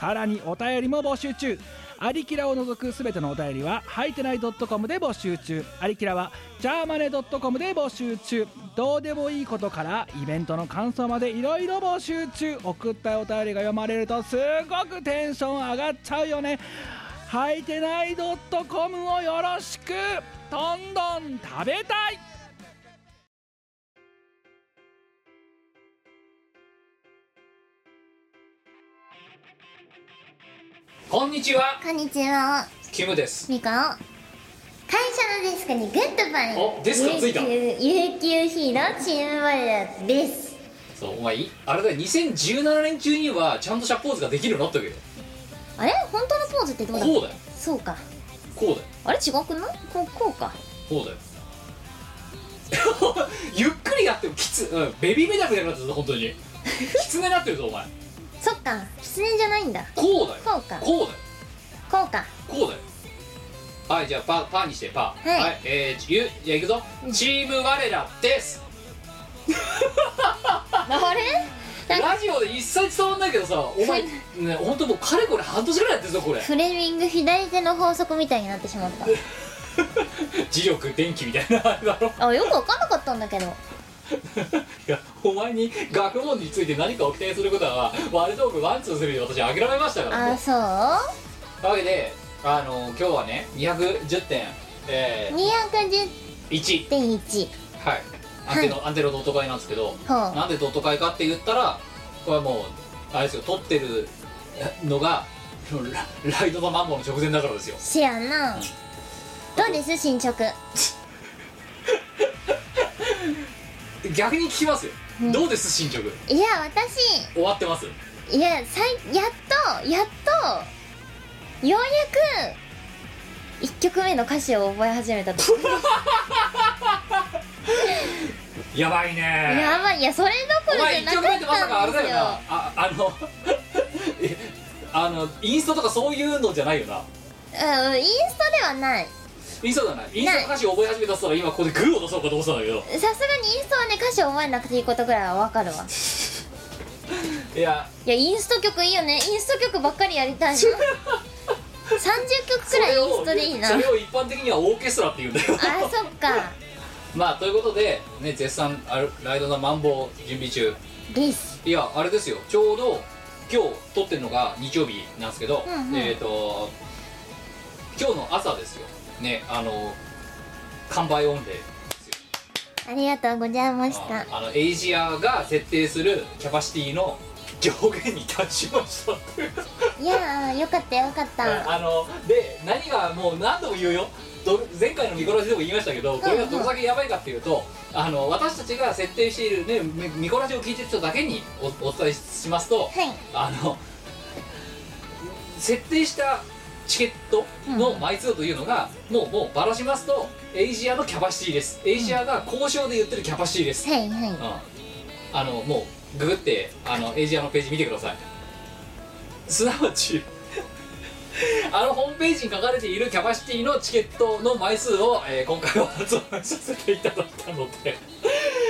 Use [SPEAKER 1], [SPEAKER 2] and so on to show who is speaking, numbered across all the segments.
[SPEAKER 1] さらにお便りも募集中アリキラを除くすべてのお便りは、はいてない .com で募集中。アリキラは、ジャーマネ .com で募集中。どうでもいいことから、イベントの感想までいろいろ募集中。送ったお便りが読まれると、すごくテンション上がっちゃうよね。はいてない .com をよろしくどんどん食べたい
[SPEAKER 2] こんにちは、
[SPEAKER 3] こんにちは
[SPEAKER 2] キムです。
[SPEAKER 3] ミコ会社のデスクにグッドバイ
[SPEAKER 2] おデスクがついた
[SPEAKER 3] 有給有給ヒーローチームワイヤーです
[SPEAKER 2] そう、お前、いあれだよ、2017年中には、ちゃんとしたポーズができるようになったわけど
[SPEAKER 3] あれ本当のポーズってどうだ
[SPEAKER 2] こうだよ、
[SPEAKER 3] そうか
[SPEAKER 2] こうだよ、
[SPEAKER 3] あれ違くないこうこうか
[SPEAKER 2] こうだよ。 ゆっくりやってもきつ、うん、ベビーメダルみたいになってるぞ、本当 に。キツネになってるぞ、お前。
[SPEAKER 3] そっか失恋じゃないんだ
[SPEAKER 2] こうだよ、
[SPEAKER 3] こうか
[SPEAKER 2] こうだよ、
[SPEAKER 3] こうか
[SPEAKER 2] こうだよ。はい、じゃあ、パー、パーにして、パー。
[SPEAKER 3] はい
[SPEAKER 2] えー、ゆ、じゃあ行くぞ。チーム我らです。
[SPEAKER 3] あれなんか
[SPEAKER 2] ラジオで一切伝わんないけどさ、お 前、ね、本当もう、かれこれ半年ぐらいやってるぞ、こ れ。
[SPEAKER 3] フレミング左手の法則みたいになってしまった
[SPEAKER 2] 磁力、電気みたいな、あれだろ。
[SPEAKER 3] あよく分かんなかったんだけど
[SPEAKER 2] いやお前に学問について何かを期待することは悪トークワンツースリーで私諦めましたから
[SPEAKER 3] あ
[SPEAKER 2] ね
[SPEAKER 3] そう
[SPEAKER 2] というわけであの今日はね210点えー、1
[SPEAKER 3] 210.1
[SPEAKER 2] はいアンテロ、アンテロドット会なんですけど
[SPEAKER 3] ほう
[SPEAKER 2] なんでドット会かって言ったらこれはもうあれですよ撮ってる のが ラライド・ザ・マンボの直前だからですよ
[SPEAKER 3] せやなどうです進捗
[SPEAKER 2] 逆に聞きますよ、
[SPEAKER 3] うん
[SPEAKER 2] どうです進捗
[SPEAKER 3] いや私
[SPEAKER 2] 終わってます
[SPEAKER 3] いやさいやっとやっとようやく1曲目の歌詞を覚え始めたと
[SPEAKER 2] やばいね
[SPEAKER 3] やばいいやそれどこ
[SPEAKER 2] お
[SPEAKER 3] ろ
[SPEAKER 2] 前
[SPEAKER 3] じ
[SPEAKER 2] 一
[SPEAKER 3] ゃな
[SPEAKER 2] 曲
[SPEAKER 3] か
[SPEAKER 2] 目
[SPEAKER 3] っ
[SPEAKER 2] ってまさか
[SPEAKER 3] たん
[SPEAKER 2] あれ
[SPEAKER 3] で
[SPEAKER 2] だ
[SPEAKER 3] す
[SPEAKER 2] よ
[SPEAKER 3] よ
[SPEAKER 2] なああの えあのインストとかそういうのじゃないよな
[SPEAKER 3] うんインストではない
[SPEAKER 2] インストじゃないインストの歌詞覚え始めたっつったら今ここでグーを出そうかと思ってた んだけど
[SPEAKER 3] さすがにインストはね歌詞を覚えなくていいことぐらいはわかるわ
[SPEAKER 2] いや
[SPEAKER 3] いやインスト曲いいよねインスト曲ばっかりやりたい な30曲くらいインストでいいなあ
[SPEAKER 2] それを一般的にはオーケストラって言うんだよ
[SPEAKER 3] そっか
[SPEAKER 2] まあということでね絶賛あるライドのマンボウ準備中
[SPEAKER 3] です
[SPEAKER 2] いやあれですよちょうど今日撮ってるのが日曜日なんですけど、
[SPEAKER 3] うんうん
[SPEAKER 2] えっ、と今日の朝ですよねあの完売オンデーですよ
[SPEAKER 3] ありがとうございました
[SPEAKER 2] あのエイジアが設定するキャパシティの上限に達しました
[SPEAKER 3] いやーよかったよかった
[SPEAKER 2] あので何がもう何度も言うよど前回の見殺しでも言いましたけどこれがどれだけやばいかっていうとあの私たちが設定している、ね、み見殺しを聞いてる人だけにおお伝えしますと
[SPEAKER 3] はい
[SPEAKER 2] あの設定したチケットの枚数というのが、もうもうばらしますとエイジアのキャパシティですエイジアが交渉で言ってるキャパシティです、
[SPEAKER 3] はいはい
[SPEAKER 2] あのもうググってあのエイジアのページ見てくださいすなわち あのホームページに書かれているキャパシティのチケットの枚数を、えー今回は発売させていただいたので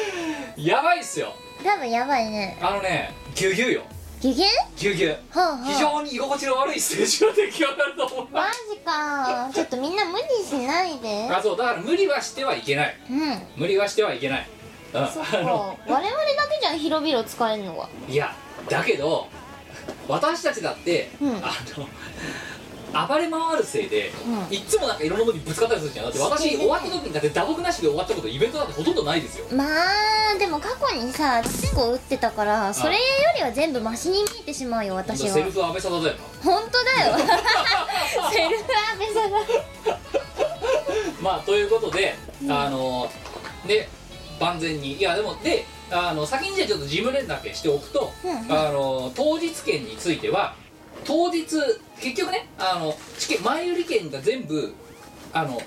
[SPEAKER 2] やばいっすよ
[SPEAKER 3] 多分やばいね
[SPEAKER 2] あのねぎゅうぎゅうよ
[SPEAKER 3] ギュギュ
[SPEAKER 2] ぎゅうぎゅう
[SPEAKER 3] ほうほう
[SPEAKER 2] 非常に居心地の悪いステージが出来上がると思う
[SPEAKER 3] マジかちょっとみんな無理しないで
[SPEAKER 2] あそうだから無理はしてはいけない
[SPEAKER 3] うん
[SPEAKER 2] 無理はしてはいけないうんあの
[SPEAKER 3] もう我々だけじゃん広々使えるのはい
[SPEAKER 2] やだけど私たちだって、
[SPEAKER 3] うん
[SPEAKER 2] あの暴れ回るせいで、
[SPEAKER 3] うん
[SPEAKER 2] いっつもなんかいろんなものにぶつかったりするじゃんだって
[SPEAKER 3] そう
[SPEAKER 2] 私
[SPEAKER 3] ね
[SPEAKER 2] 終わった時にだって打撲なしで終わったことイベントなんてほとんどないですよ
[SPEAKER 3] まあでも過去にさ結構打ってたからそれよりは全部マシに見えてしまうよ私は
[SPEAKER 2] セルフ安倍沙汰だよ
[SPEAKER 3] 本当だよ セルフアベサだ
[SPEAKER 2] なまあということで、あので万全にいやでもであの先にじゃあちょっと事務連絡だけしておくと、
[SPEAKER 3] うんうん
[SPEAKER 2] あの当日券については当日結局ねあのチケ前売り券が全部あの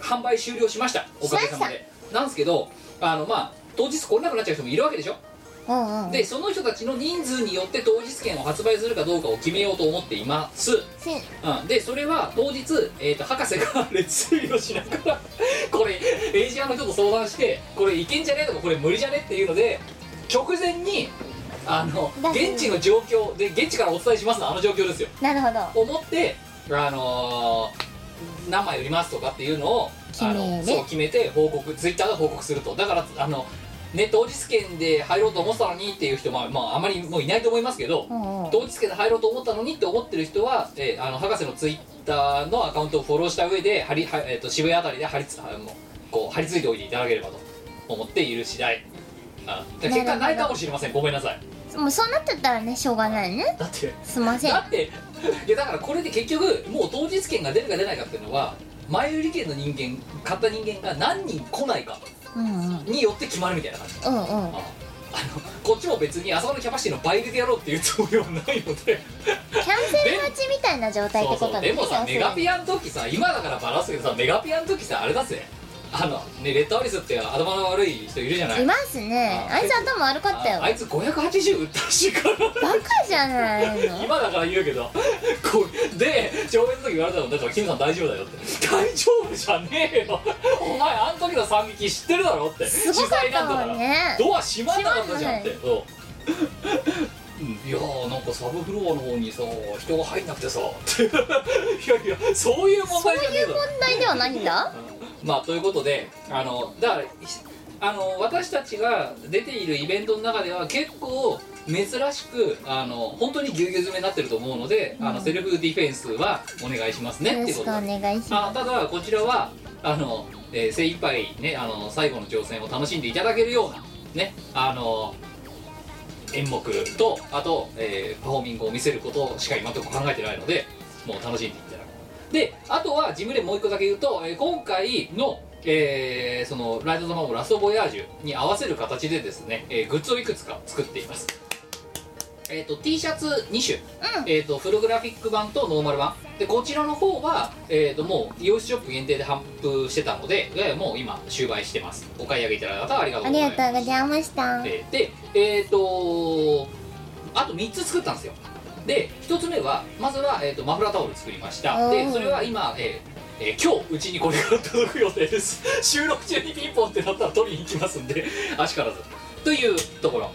[SPEAKER 2] 販売終了しましたおかげさまでなんですけどあのまあ当日来れなくなっちゃう人もいるわけでしょ
[SPEAKER 3] うんうん
[SPEAKER 2] でその人たちの人数によって当日券を発売するかどうかを決めようと思っています、
[SPEAKER 3] せん
[SPEAKER 2] うん、でそれは当日、えー、と博士が 列推をしながらこれエイジアの人と相談してこれいけんじゃねえとかこれ無理じゃねっていうので直前にあの
[SPEAKER 3] 出す
[SPEAKER 2] 現地の状況で現地からお伝えしますのあの状況ですよ
[SPEAKER 3] なるほど
[SPEAKER 2] 思ってあのー何枚売りますとかっていうのを
[SPEAKER 3] 決め
[SPEAKER 2] あ
[SPEAKER 3] る
[SPEAKER 2] のそう決めて報告ツイッターが報告するとだからあのね当日券で入ろうと思ってたのにっていう人もまあ、まあ、あまりもういないと思いますけど、
[SPEAKER 3] うんうん
[SPEAKER 2] 当日券で入ろうと思ったのにって思ってる人は、えーあの博士のツイッターのアカウントをフォローした上ではりは、えー、と渋谷あたりで張りつあもうこう張り付いておいていただければと思っている次第あで結果ないかもしれませんごめんなさい
[SPEAKER 3] もうそうなっちゃったらねしょうがないね
[SPEAKER 2] だって
[SPEAKER 3] すいません
[SPEAKER 2] だっていやだからこれで結局もう当日券が出るか出ないかっていうのは前売り券の人間買った人間が何人来ないか
[SPEAKER 3] うんうん
[SPEAKER 2] によって決まるみたいな感じ
[SPEAKER 3] うんうん
[SPEAKER 2] ああのこっちも別にあそこのキャパシティの倍入れてやろうっていうつもりはないので
[SPEAKER 3] キャンセル待ちみたいな状態っ
[SPEAKER 2] そ
[SPEAKER 3] て
[SPEAKER 2] う
[SPEAKER 3] こと
[SPEAKER 2] そう
[SPEAKER 3] だね
[SPEAKER 2] でもさ
[SPEAKER 3] 要す
[SPEAKER 2] メ
[SPEAKER 3] る
[SPEAKER 2] ガ
[SPEAKER 3] に
[SPEAKER 2] ピアの時さ今だからバラすけどさメガピアの時さあれだぜあのねレッドアリスって頭の悪い人いるじゃない
[SPEAKER 3] いますね
[SPEAKER 2] あ
[SPEAKER 3] あいつ頭悪かったよ
[SPEAKER 2] ああいつ580打ったらしいから
[SPEAKER 3] バカじゃないの
[SPEAKER 2] 今だから言うけどこうで上演の時言われたのだから金さん大丈夫だよって大丈夫じゃねえよお前あの時の惨劇知ってるだろって
[SPEAKER 3] すごかったもんね
[SPEAKER 2] ドア閉まんなかったじゃんって
[SPEAKER 3] 閉
[SPEAKER 2] そううんいやーなんかサブフロアの方にさ人が入んなくてさ っていやいやそういう問
[SPEAKER 3] そう
[SPEAKER 2] 題じゃね
[SPEAKER 3] い
[SPEAKER 2] え
[SPEAKER 3] う
[SPEAKER 2] だ
[SPEAKER 3] 問
[SPEAKER 2] ろ
[SPEAKER 3] 題ではないんだ
[SPEAKER 2] まあということであのだからひあの私たちが出ているイベントの中では結構珍しくあの本当にぎゅうぎゅう詰めになってると思うので、あのセルフディフェンスはお願いしますね
[SPEAKER 3] よ
[SPEAKER 2] っ
[SPEAKER 3] ろ
[SPEAKER 2] てい
[SPEAKER 3] し
[SPEAKER 2] う
[SPEAKER 3] く
[SPEAKER 2] こ
[SPEAKER 3] お
[SPEAKER 2] とで
[SPEAKER 3] 願いしま
[SPEAKER 2] あただこちらはあの、えー精一杯ねあの最後の挑戦を楽しんでいただけるようなねあの演目とあと、えーパフォーミングを見せることしか今のところ考えてないのでもう楽しんでいただくであとは事務でもう一個だけ言うと、えー今回のえーそのライト・ザ・マンをラスト・ボヤージュに合わせる形でですね、えーグッズをいくつか作っています、えー、と T シャツ2種
[SPEAKER 3] すうん
[SPEAKER 2] えー、とフルグラフィック版とノーマル版でこちらの方は、えー、ともうイオシスショップ限定で販布してたのでえーもう今終売してますお買い上げいただいた方ありがと
[SPEAKER 3] あ
[SPEAKER 2] うご
[SPEAKER 3] り
[SPEAKER 2] ざ
[SPEAKER 3] がと
[SPEAKER 2] います
[SPEAKER 3] うございました
[SPEAKER 2] えーでえっ、とあと3つ作ったんですよで1つ目はまずは、えー、とマフラータオル作りました
[SPEAKER 3] おー
[SPEAKER 2] でそれは今、えーえー今日うちにこれから届く予定です 収録中にピンポンってなったら取りに行きますんで 足からずというところ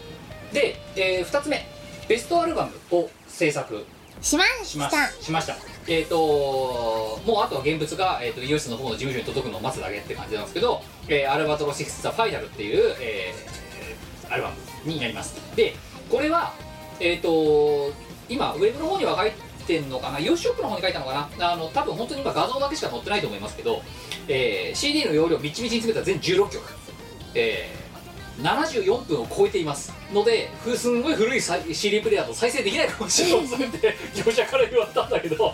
[SPEAKER 2] で、え2つ目ベストアルバムを制作
[SPEAKER 3] しま
[SPEAKER 2] し
[SPEAKER 3] し
[SPEAKER 2] ま
[SPEAKER 3] た
[SPEAKER 2] すしましたえっ、ともうあとは現物が、えー、とイオシスの方の事務所に届くのを待つだけって感じなんですけど、えーアルバトロ6ザファイナルっていう、えーアルバムになりますでこれはえっ、と今ウェブの方には書いてんのかなイオシショップの方に書いたのかなあの多分本当に今画像だけしか載ってないと思いますけど、えー CD の容量みちみちに詰めた全16曲えー74分を超えていますのでふすんごい古いさ CD プレイヤーだと再生できないかもしれませんって業者から言われたんだけど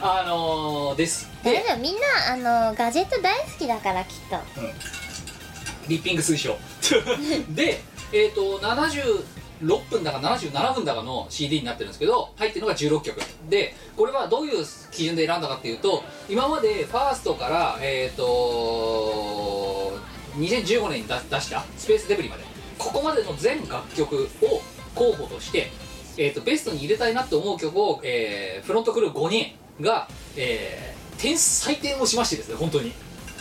[SPEAKER 2] あのーです
[SPEAKER 3] 大
[SPEAKER 2] で
[SPEAKER 3] 丈夫みんなあのガジェット大好きだからきっと
[SPEAKER 2] リッピング推奨でえっ、と76分だか77分だかの CD になってるんですけど入ってるのが16曲でこれはどういう基準で選んだかっていうと今までファーストからえっ、と2015年に出出した「スペースデブリ」までここまでの全楽曲を候補として、えー、とベストに入れたいなと思う曲を、えーフロントクルー5人が、えー点採点をしましてですね本当に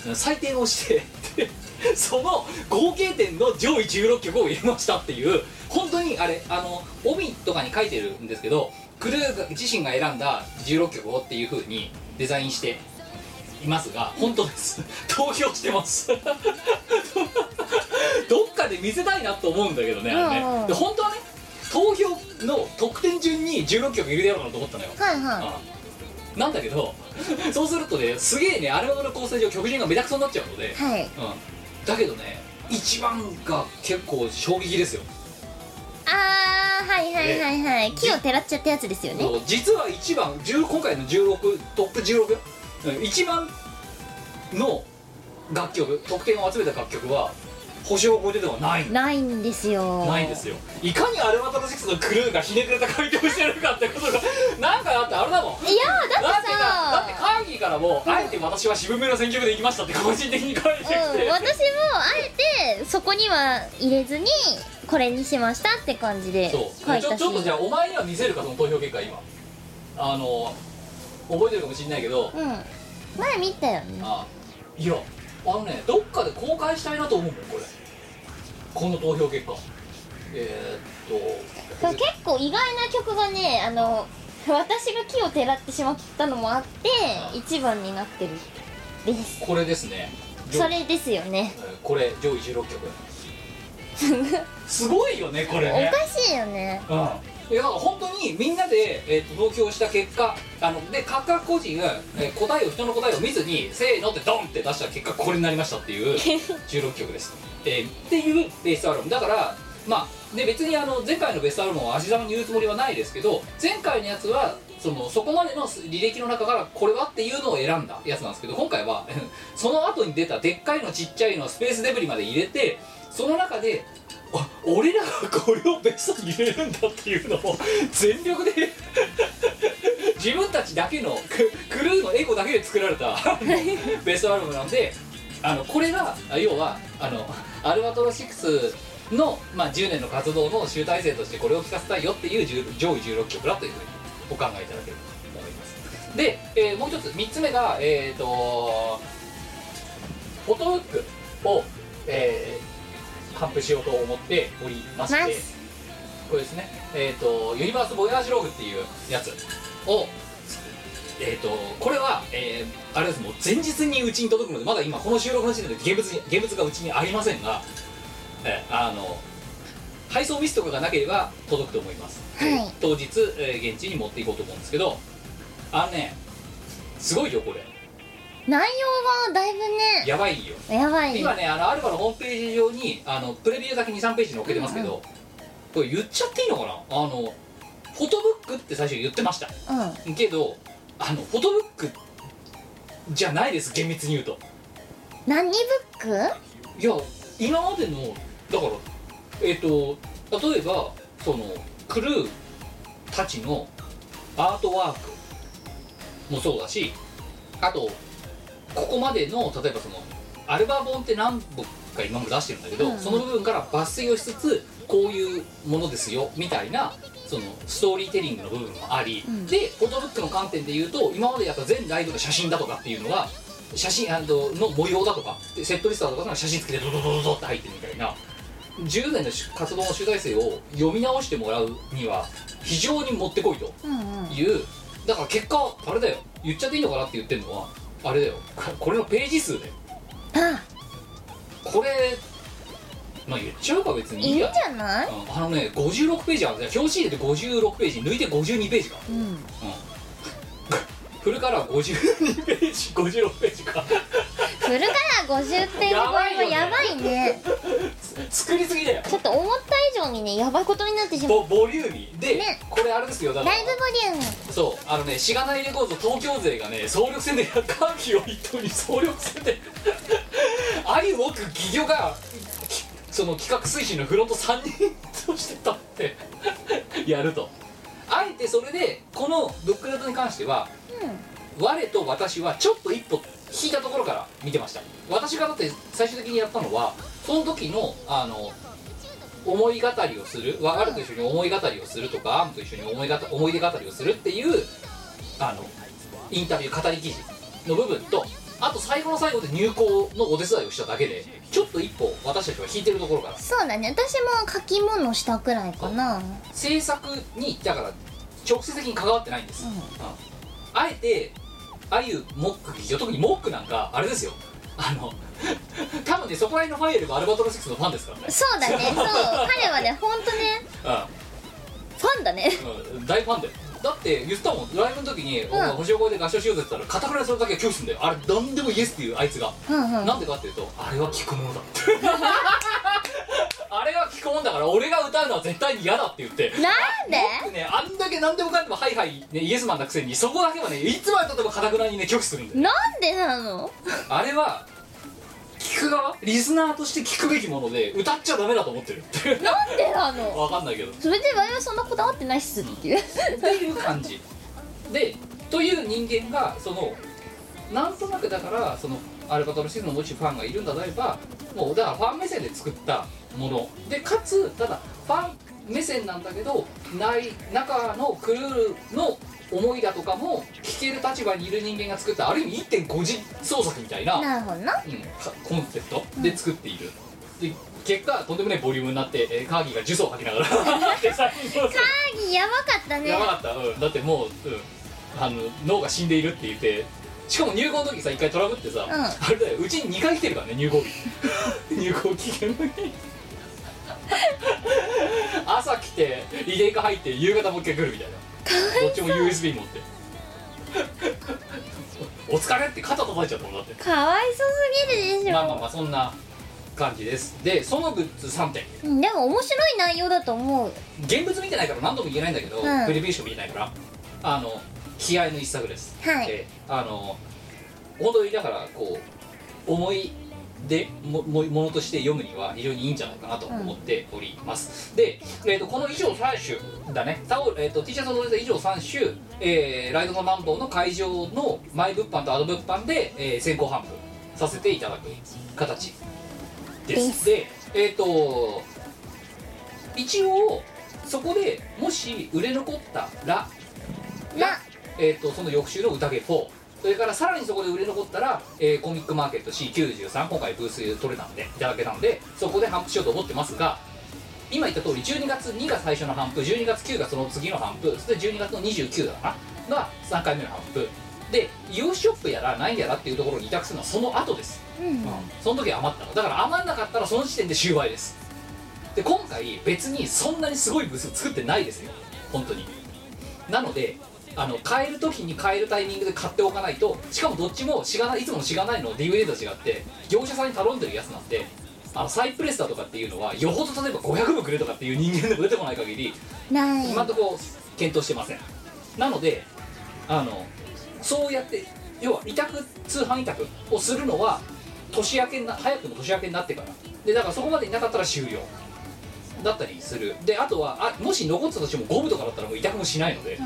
[SPEAKER 2] うん採点をしてでその合計点の上位16曲を入れましたっていう本当にあれあの帯とかに書いてるんですけどクルーが自身が選んだ16曲をっていう風にデザインしていますが本当です投票してます どっかで見せたいなと思うんだけどねあれ
[SPEAKER 3] うんう
[SPEAKER 2] ね
[SPEAKER 3] ん
[SPEAKER 2] で本当はね投票の得点順に16曲入れてやろうかなと思ったのよ
[SPEAKER 3] はいは
[SPEAKER 2] うんなんだけど そうするとねすげえねアルバムの構成上曲順がめちゃくそになっちゃうので
[SPEAKER 3] い、はい
[SPEAKER 2] うん、だけどね一番が結構衝撃ですよ、
[SPEAKER 3] あーはいはいはいはい木を照らっちゃったやつですよね
[SPEAKER 2] そう実は一番10今回の16トップ16、うん、一番の楽曲得点を集めた楽曲は星を超えてではない
[SPEAKER 3] ないんですよ
[SPEAKER 2] ないんですよいかにアルマトロジクスのクルーがひねくれた回答をしてるかってことがなんかだってあれだもん
[SPEAKER 3] いやーだ
[SPEAKER 2] だ
[SPEAKER 3] っ
[SPEAKER 2] っててなだって
[SPEAKER 3] さ
[SPEAKER 2] 会議からもあえて私は渋めの選挙区で行きましたって個人的に書 いてきて、
[SPEAKER 3] うん、私もあえてそこには入れずにこれにしましたって感じで
[SPEAKER 2] そ
[SPEAKER 3] 書
[SPEAKER 2] う
[SPEAKER 3] い
[SPEAKER 2] ちょ
[SPEAKER 3] たし
[SPEAKER 2] ちょっとじゃあお前には見せるかその投票結果今あの覚えてるかもしれないけど、
[SPEAKER 3] うん前見たよね
[SPEAKER 2] あいやあのねどっかで公開したいなと思うもんこれこの投票結果えー、っと
[SPEAKER 3] そう結構意外な曲がねあの私が木をてらってしまったのもあって一番になってるです
[SPEAKER 2] これですね上
[SPEAKER 3] それですよね
[SPEAKER 2] えーこれ上位16曲すごいよねこれ
[SPEAKER 3] お
[SPEAKER 2] ね
[SPEAKER 3] かしいよね
[SPEAKER 2] うんいや本当にみんなで、えー、と投票した結果あので各々個人、えー答えを人の答えを見ずにせーのってドンって出した結果これになりましたっていう16曲です、えーっていうベストアルバムだからまあで別にあの前回のベストアルバムを足ざまに言うつもりはないですけど前回のやつはそのそこまでの履歴の中からこれはっていうのを選んだやつなんですけど今回は その後に出たでっかいのちっちゃいのスペースデブリまで入れてその中であ俺らがこれをベストに入れるんだっていうのを全力で自分たちだけのククルーのエゴだけで作られたあのベストアルバムなんであのこれがあ要はあの アルバトロ6の、まあ、10年の活動の集大成としてこれを聴かせたいよっていう10上位16曲だというふうにお考えいただければと思いますで、えーもう一つ3つ目がえっ、とフォトブックを、えー、完封しようと思っておりまして、
[SPEAKER 3] ます
[SPEAKER 2] これですねえっ、とユニバースボヤージログっていうやつをえっ、とこれは、えーあれですもう前日にうちに届くのでまだ今この収録の時点で現物に現物がうちにありませんが、えーあの配送ミスとかがなければ届くと思います、
[SPEAKER 3] はい
[SPEAKER 2] 当日、えー現地に持っていこうと思うんですけどあのねすごいよこれ
[SPEAKER 3] 内容はだいぶね
[SPEAKER 2] やばいよ
[SPEAKER 3] やばい
[SPEAKER 2] 今ねあのアルファのホームページ上にあのプレビューだけ23ページ載っけてますけど、これ言っちゃっていいのかなあのフォトブックって最初言ってました
[SPEAKER 3] うん
[SPEAKER 2] けどあのフォトブックじゃないです厳密に言うと
[SPEAKER 3] 何ブック
[SPEAKER 2] いや今までのだからえっ、と例えばそのクルーたちのアートワークもそうだしあとここまでの例えばそのアルバ本って何本か今も出してるんだけど、
[SPEAKER 3] うん
[SPEAKER 2] その部分から抜粋をしつつこういうものですよみたいなそのストーリーテリングの部分もあり、
[SPEAKER 3] うん
[SPEAKER 2] でフォトブックの観点で言うと今までやった全ライブの写真だとかっていうのが写真あのの模様だとかでセットリストだとかの写真付きでドドドドドって入ってるみたいな10年の活動の集大成を読み直してもらうには非常にもってこいと
[SPEAKER 3] うんうん
[SPEAKER 2] いうだから結果あれだよ言っちゃっていいのかなって言ってるのはあれだよここれのページ数だよ
[SPEAKER 3] あ
[SPEAKER 2] これまあ言っちゃうか別に
[SPEAKER 3] いい
[SPEAKER 2] い
[SPEAKER 3] ん
[SPEAKER 2] い
[SPEAKER 3] じ
[SPEAKER 2] や
[SPEAKER 3] ゃない
[SPEAKER 2] うんあのね56ページあるんだよ表紙入れて56ページ抜いて52ページか
[SPEAKER 3] うん
[SPEAKER 2] フルカラー52ページ56ページか
[SPEAKER 3] フルカラー50点超えはやばいね
[SPEAKER 2] 作りすぎだよ
[SPEAKER 3] ちょっと思った以上にねやばいことになってしまう
[SPEAKER 2] ボボリューミーで、
[SPEAKER 3] ね
[SPEAKER 2] これあれですよだか
[SPEAKER 3] ラ
[SPEAKER 2] ら
[SPEAKER 3] イブボリューム
[SPEAKER 2] そうあのねしがないレコード東京勢がね総力戦で夜間期を一頭に総力戦であり多く企業がきその企画推進のフロント3人として立ってやるとあえてそれでこのブックレットに関しては我と私はちょっと一歩引いたところから見てました私がだって最終的にやったのはその時のあの思い語りをする我と一緒に思い語りをするとかアンと一緒に思いがた思い出語りをするっていうあのインタビュー語り記事の部分とあと最後の最後で入稿のお手伝いをしただけでちょっと一歩私たちは引いてるところから
[SPEAKER 3] そうだね私も書き物したくらいかな
[SPEAKER 2] 制作にだから直接的に関わってないんです、
[SPEAKER 3] うん
[SPEAKER 2] あえてああいうモック企業特にモックなんかあれですよあの多分ねそこら辺のファイエルがアルバトロ6のファンですからね
[SPEAKER 3] そう だねそう彼はねほんとねファンだね
[SPEAKER 2] うん、うん、大ファンだよだって言ったもんライブの時に「お前星を越えて合唱しようぜ」って言ったら片倉それだけは拒否すんだよあれ何でもイエスっていうあいつが、
[SPEAKER 3] うんうん
[SPEAKER 2] なんでかっていうとあれは聞くものだって あれは聞くもんだから俺が歌うのは絶対に嫌だって言って
[SPEAKER 3] なんで
[SPEAKER 2] 僕ねあんだけ何でもかんでもハイハイ、ね、イエスマンなくせにそこだけはねいつまでたってもかたくなにね拒否するんだ
[SPEAKER 3] な
[SPEAKER 2] よ
[SPEAKER 3] んでなの
[SPEAKER 2] あれは聞聞く側リスナーとして聞くべきもので歌っちゃダメだと思ってるって いう
[SPEAKER 3] なんでなの
[SPEAKER 2] わかんないけどっ
[SPEAKER 3] それで我々そんなこだわってないっすっていう
[SPEAKER 2] ていう感じでという人間がそのなんとなくだからそのアルバトロシーズのもしファンがいるんだとあればもうだからファン目線で作ったものでかつただファン目線なんだけどない中のクルールの思いだとかも聞ける立場にいる人間が作ったある意味1.5次創作みたいな
[SPEAKER 3] なるほどな
[SPEAKER 2] うんかコンセプトで作っている、で結果とんでもないボリュームになって、えー、カーギーが呪詛を吐きながら で最後
[SPEAKER 3] 会議やばかったね
[SPEAKER 2] やばかった、うん、だってもう、うん、あの脳が死んでいるって言ってしかも入校の時さ一回トラブってさ、
[SPEAKER 3] ん
[SPEAKER 2] あれだようちに2回来てるからね入校日 入校期限の日朝来てリレーが入って夕方もう一回来るみたいなどっちも USB 持って お疲れって肩叩いちゃったもんだって
[SPEAKER 3] かわいそすぎるでしょ、
[SPEAKER 2] まあまあまあそんな感じですでそのグッズ3点
[SPEAKER 3] うんでも面白い内容だと思う
[SPEAKER 2] 現物見てないから何度も言えないんだけど、
[SPEAKER 3] うん
[SPEAKER 2] プレビューしか見てないからあの気合の一作です、
[SPEAKER 3] はい
[SPEAKER 2] であの本当にだからこう思いでももものとして読むには非常にいいんじゃないかなと思っております、で、えー、とこの以上3種だねタオル、えー、と T シャツを除いた以上3種、えーライドのマンボウの会場の前物販とアド物販で、えー先行販売させていただく形です
[SPEAKER 3] です
[SPEAKER 2] でえっ、と一応そこでもし売れ残ったら
[SPEAKER 3] な
[SPEAKER 2] えー、とその翌週の宴4それからさらにそこで売れ残ったら、えーコミックマーケット C93 今回ブース取れたんでいただけたんでそこで販布しようと思ってますが今言った通り12月2が最初の販布12月9がその次の販布そして12月の29だかなが3回目の販布でイオシショップやら何やらっていうところに委託するのはその後です
[SPEAKER 3] うん
[SPEAKER 2] その時余ったのだから余んなかったらその時点で終売ですで今回別にそんなにすごいブース作ってないですよ本当になのであの買える時に買えるタイミングで買っておかないとしかもどっちもしがないいつものしがないの DVD と違って業者さんに頼んでるやつなんてあのサイプレスだとかっていうのはよほど例えば500部くれとかっていう人間でも出てこない限り
[SPEAKER 3] ない
[SPEAKER 2] 今のところ検討してませんなのであのそうやって要は委託通販委託をするのは年明けにな早くも年明けになってからでだからそこまでいなかったら終了だったりするであとはあもし残ってたとしても5部とかだったらもう委託もしないので、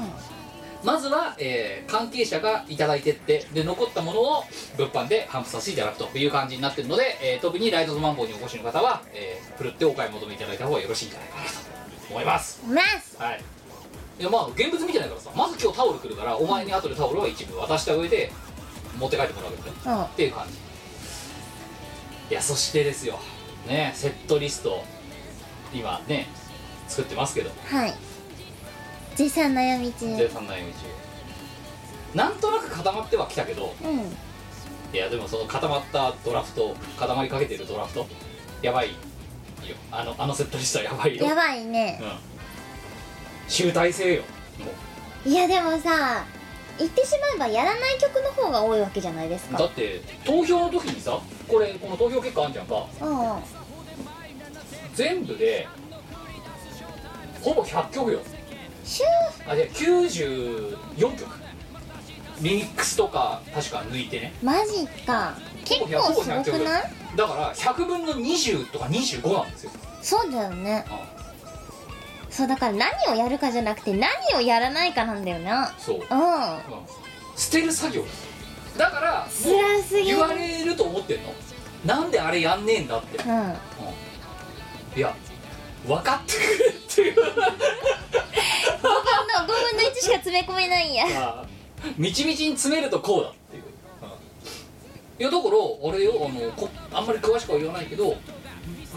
[SPEAKER 2] まずは、えー関係者がいただいてってで残ったものを物販で販布させていただくという感じになってるので、えー特にライトズマンボウにお越しの方は、えー、ふるってお買い求めいただいた方がよろしいんじゃないかなと思います
[SPEAKER 3] ます
[SPEAKER 2] はいいやまあ現物見てないからさまず今日タオル来るからお前に後でタオルは一部渡した上で持って帰ってもらうみたいな
[SPEAKER 3] そう
[SPEAKER 2] っていう感じいやそしてですよねセットリスト今ね作ってますけど
[SPEAKER 3] はい絶賛悩み中
[SPEAKER 2] 絶賛悩み中なんとなく固まってはきたけど
[SPEAKER 3] うん
[SPEAKER 2] いやでもその固まったドラフト固まりかけてるドラフトやばいよあのあのセットリストはやばいよ
[SPEAKER 3] やばいね
[SPEAKER 2] うん集大成よもう
[SPEAKER 3] いやでもさ言ってしまえばやらない曲の方が多いわけじゃないです
[SPEAKER 2] だ
[SPEAKER 3] か
[SPEAKER 2] って投票の時にさこれこの投票結果あんじゃんか
[SPEAKER 3] うんうん
[SPEAKER 2] 全部でほぼ100曲よ
[SPEAKER 3] シュ
[SPEAKER 2] あじゃ94曲リミックスとか確か抜いてね
[SPEAKER 3] ーマジか結
[SPEAKER 2] ほぼ100
[SPEAKER 3] 構すご
[SPEAKER 2] ほぼ
[SPEAKER 3] く
[SPEAKER 2] 100
[SPEAKER 3] ない
[SPEAKER 2] だから100分の20とか25なんですよ
[SPEAKER 3] そうだよね
[SPEAKER 2] あ
[SPEAKER 3] そうだから何をやるかじゃなくて何をやらないかなんだよな
[SPEAKER 2] そう、うん、
[SPEAKER 3] うん
[SPEAKER 2] 捨てる作業だからも
[SPEAKER 3] 辛す
[SPEAKER 2] う
[SPEAKER 3] ぎる
[SPEAKER 2] 言われると思ってんのなんであれやんねえんだって
[SPEAKER 3] うん
[SPEAKER 2] いや分かってくれっていう
[SPEAKER 3] 5分の5分の1しか詰め込めないんや
[SPEAKER 2] ああみちみちに詰めるとこうだっていう、いやだからあれよあのこあんまり詳しくは言わないけど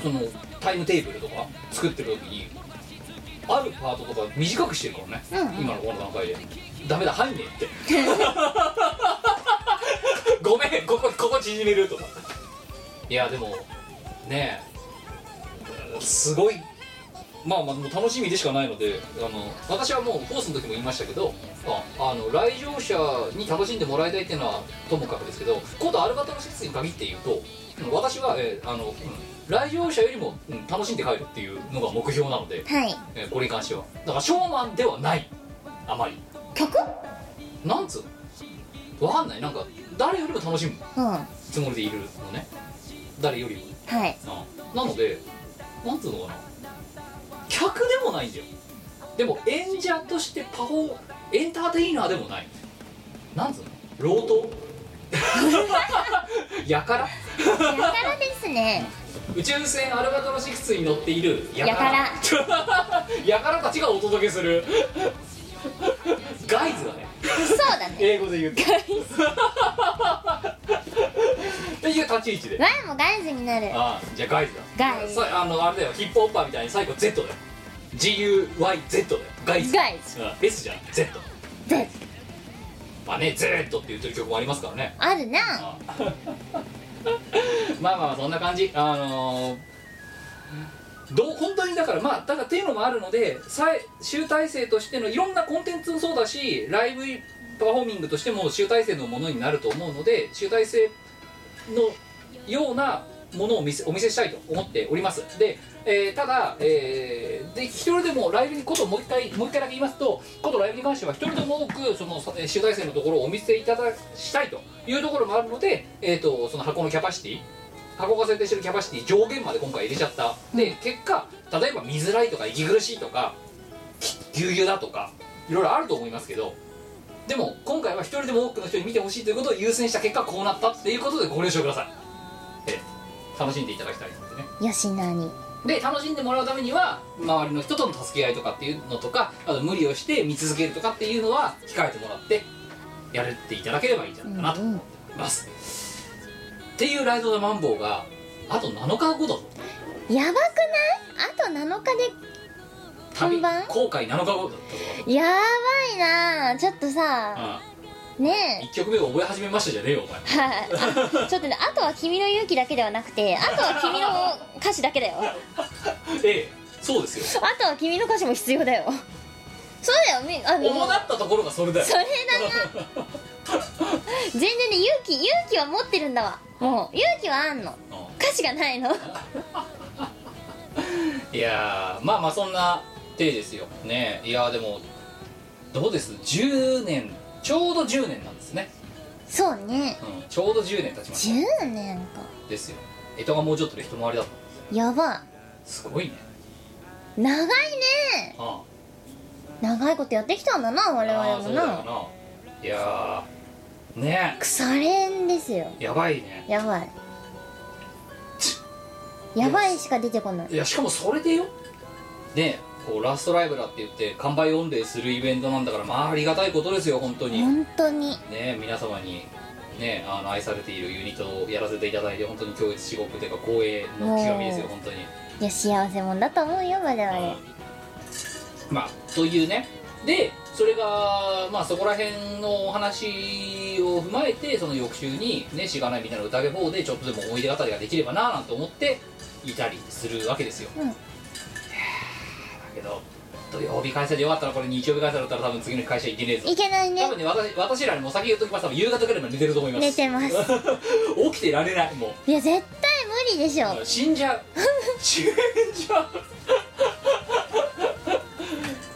[SPEAKER 2] そのタイムテーブルとか作ってる時にあるパートとか短くしてるからね、
[SPEAKER 3] うんうん
[SPEAKER 2] 今のこの段階でダメだ入んねえってごめんここここ縮めるとかいやでもねえすごいまあまあもう楽しみでしかないのであの私はもうコースの時も言いましたけどああの来場者に楽しんでもらいたいっていうのはともかくですけどことアルバトロシスに限って言うとうん私は、えーあのうん来場者よりも、うん楽しんで帰るっていうのが目標なので、
[SPEAKER 3] はい
[SPEAKER 2] えーこれに関してはだからショーマンではないあまり
[SPEAKER 3] 曲
[SPEAKER 2] なんつうのわかんないなんか誰よりも楽しむ
[SPEAKER 3] うん
[SPEAKER 2] つもりでいるのね誰よりも
[SPEAKER 3] はい
[SPEAKER 2] うんなのでなんつうのかな客でもないんだよでも演者としてパフォーエンターテイナーでもないなんつうの老頭 やから
[SPEAKER 3] やからですね
[SPEAKER 2] 宇宙船アルバトロ6に乗っているや
[SPEAKER 3] や
[SPEAKER 2] か
[SPEAKER 3] から
[SPEAKER 2] やからたちがお届けするガイズだね
[SPEAKER 3] そうだ ね
[SPEAKER 2] 英語で言うとっていう立ち位置で
[SPEAKER 3] ワンもガイズになる
[SPEAKER 2] ああじゃあガイズだ
[SPEAKER 3] ガイズ
[SPEAKER 2] さあのあれだよヒップホッパーみたいに最後 Z だよ GUYZ だよガイズ
[SPEAKER 3] ガイズ
[SPEAKER 2] うん S じゃん Z
[SPEAKER 3] で
[SPEAKER 2] まあね Z って言ってる曲もありますからね
[SPEAKER 3] あるな
[SPEAKER 2] ああまあまあまあそんな感じあのーどう本当にだからまあだからっていうのもあるのでさい集大成としてのいろんなコンテンツもそうだしライブパフォーミングとしても集大成のものになると思うので集大成のようなものを見せお見せしたいと思っておりますで、えーただ、えーで一人でもライブにことをもう一回もう一回だけ言いますとことライブに関しては一人でも多くそのさえー集大成のところをお見せいただしたいというところもあるので、えー、とその箱のキャパシティ箱が設定してるキャパシティ上限まで今回入れちゃったで結果例えば見づらいとか息苦しいとかきぎゅうぎゅうだとかいろいろあると思いますけどでも今回は一人でも多くの人に見てほしいということを優先した結果こうなったっていうことでご了承ください楽しんでいただきたいですね
[SPEAKER 3] よしなに
[SPEAKER 2] で楽しんでもらうためには周りの人との助け合いとかっていうのとかあと無理をして見続けるとかっていうのは控えてもらってやるっていただければいいんじゃ
[SPEAKER 3] う
[SPEAKER 2] ない
[SPEAKER 3] ん
[SPEAKER 2] かなと思
[SPEAKER 3] うん
[SPEAKER 2] います、っていうライドのマンボウがあと7日後だぞ
[SPEAKER 3] やばくないあと7日
[SPEAKER 2] 旅
[SPEAKER 3] 本番
[SPEAKER 2] 後悔7日後だっ
[SPEAKER 3] でやばいなちょっと
[SPEAKER 2] たぞ
[SPEAKER 3] さ、ねえ
[SPEAKER 2] 1曲目を覚え始めましたじゃねえよお前
[SPEAKER 3] はいあ ちょっとねあとは君の勇気だけではなくてあとは君の歌詞だけだよあ
[SPEAKER 2] ええそうですよ
[SPEAKER 3] とは君の歌詞も必要だよそうだよみあの
[SPEAKER 2] 主だったところがそれだよ
[SPEAKER 3] それだな全然ね勇気勇気は持ってるんだわもう勇気はあんの
[SPEAKER 2] うん
[SPEAKER 3] 歌詞がないの
[SPEAKER 2] いやーまあまあそんな手ですよねいやーでもどうです10年ちょうど10年なんですね、
[SPEAKER 3] そうね
[SPEAKER 2] うん、ちょうど10年経ちまし
[SPEAKER 3] 10年か
[SPEAKER 2] たですよ江戸がもうちょっとで一回りだと
[SPEAKER 3] やば
[SPEAKER 2] すごいね
[SPEAKER 3] 長いね
[SPEAKER 2] あ
[SPEAKER 3] 長いことやってきたんだな
[SPEAKER 2] あ
[SPEAKER 3] 我々も
[SPEAKER 2] そうだよ
[SPEAKER 3] な
[SPEAKER 2] ないやーね
[SPEAKER 3] 腐れんですよ
[SPEAKER 2] えやばいね
[SPEAKER 3] やばいやばいしか出てこない
[SPEAKER 2] いやしかもそれでよねえこうラストライブだって言って完売御礼するイベントなんだからまあありがたいことですよ本当に
[SPEAKER 3] 本当に
[SPEAKER 2] ね、皆様に、ね、あの愛されているユニットをやらせていただいて本当に強烈至極というか光栄の極みですよ
[SPEAKER 3] おー
[SPEAKER 2] 本当に、
[SPEAKER 3] いや幸せもんだと思うよ我々
[SPEAKER 2] まあというねでそれが、まあ、そこら辺のお話を踏まえてその翌週に、ね「しがないみたいな宴4」でちょっとでも思い出語りができればなぁなんて思っていたりするわけですよ、
[SPEAKER 3] うん
[SPEAKER 2] いやーだけど土曜日開催でよかったらこれ日曜日開催だったら多分次の日会社行けねえぞ
[SPEAKER 3] いけない
[SPEAKER 2] 多
[SPEAKER 3] ね
[SPEAKER 2] 分ね私私らにも先言っときます多分夕方ぐらいまで寝てると思います
[SPEAKER 3] 寝てます
[SPEAKER 2] 起きてられないもう
[SPEAKER 3] いや絶対無理でしょ
[SPEAKER 2] 死んじゃう死んじゃう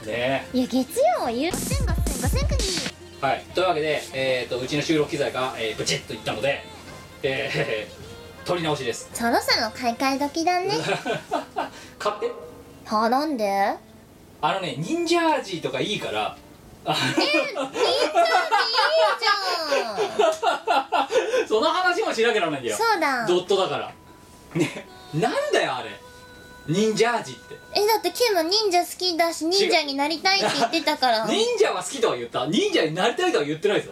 [SPEAKER 2] ね
[SPEAKER 3] いや月曜は言う5000 5000 5000
[SPEAKER 2] えはいというわけで、えー、とうちの収録機材が、えー、ブチッといったので、えー、取り直しです
[SPEAKER 3] そろそろ買い替え時だね
[SPEAKER 2] 買って
[SPEAKER 3] はなんでいい
[SPEAKER 2] あのね忍者味とかいいからあ
[SPEAKER 3] じゃんいいじゃん
[SPEAKER 2] その話もしなきゃならないんだよ
[SPEAKER 3] そうだ
[SPEAKER 2] ドットだからねなんだよあれ忍者味って
[SPEAKER 3] えだってキム忍者好きだし忍者になりたいって言ってたからなり
[SPEAKER 2] 忍者は好きとは言った忍者になりたいとは言ってないぞ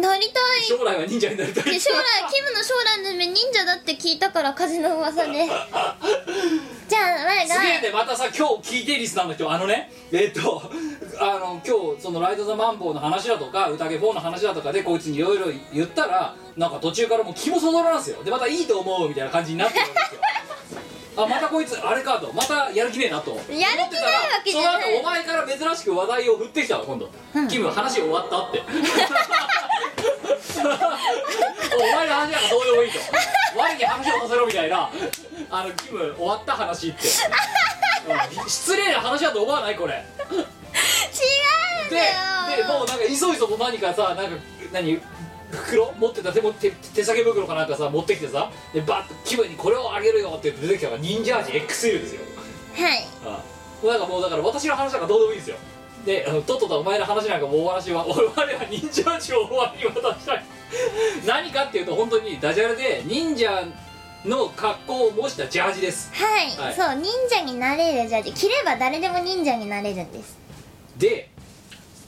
[SPEAKER 3] たい
[SPEAKER 2] 将来は忍者になりたいって
[SPEAKER 3] で将来キムの将来の夢忍者だって聞いたから風の噂で じゃあ我
[SPEAKER 2] すげえ
[SPEAKER 3] が
[SPEAKER 2] ねまたさ今日聞いてリスナーの人あのねえっとあの今日その「ライト・ザ・マンボウ」の話だとか「宴4」の話だとかでこいつにいろいろ言ったらなんか途中からもう気もそぞらなんですよでまたいいと思うみたいな感じになってるんですよあまたこいつあれかとまたやる気ねえなとやる
[SPEAKER 3] 気ないわけじゃない
[SPEAKER 2] その後お前から珍しく話題を振ってきたわ今度、キム話終わったってお前の話なんかどうでもいいと我に話をさせろみたいなあのキム終わった話ってうん失礼な話だと思わないこれ
[SPEAKER 3] 違うん
[SPEAKER 2] で
[SPEAKER 3] だよ
[SPEAKER 2] でもうなんかいそいそと何かさなんか何袋持ってた手も手手提げ袋かなんかさ持ってきてさでバッと気分にこれをあげるよって言って出てきたのが忍者味 XL ですよ
[SPEAKER 3] はい
[SPEAKER 2] ああなんかもうだから私の話なんかどうでもいいんですよであのとっととお前の話なんかもう終わらしは我々は忍者味を終わりに渡したい何かっていうと本当にダジャレで忍者の格好を模したジャージです
[SPEAKER 3] はい、
[SPEAKER 2] はい
[SPEAKER 3] そう忍者になれるジャージ着れば誰でも忍者になれるんです
[SPEAKER 2] で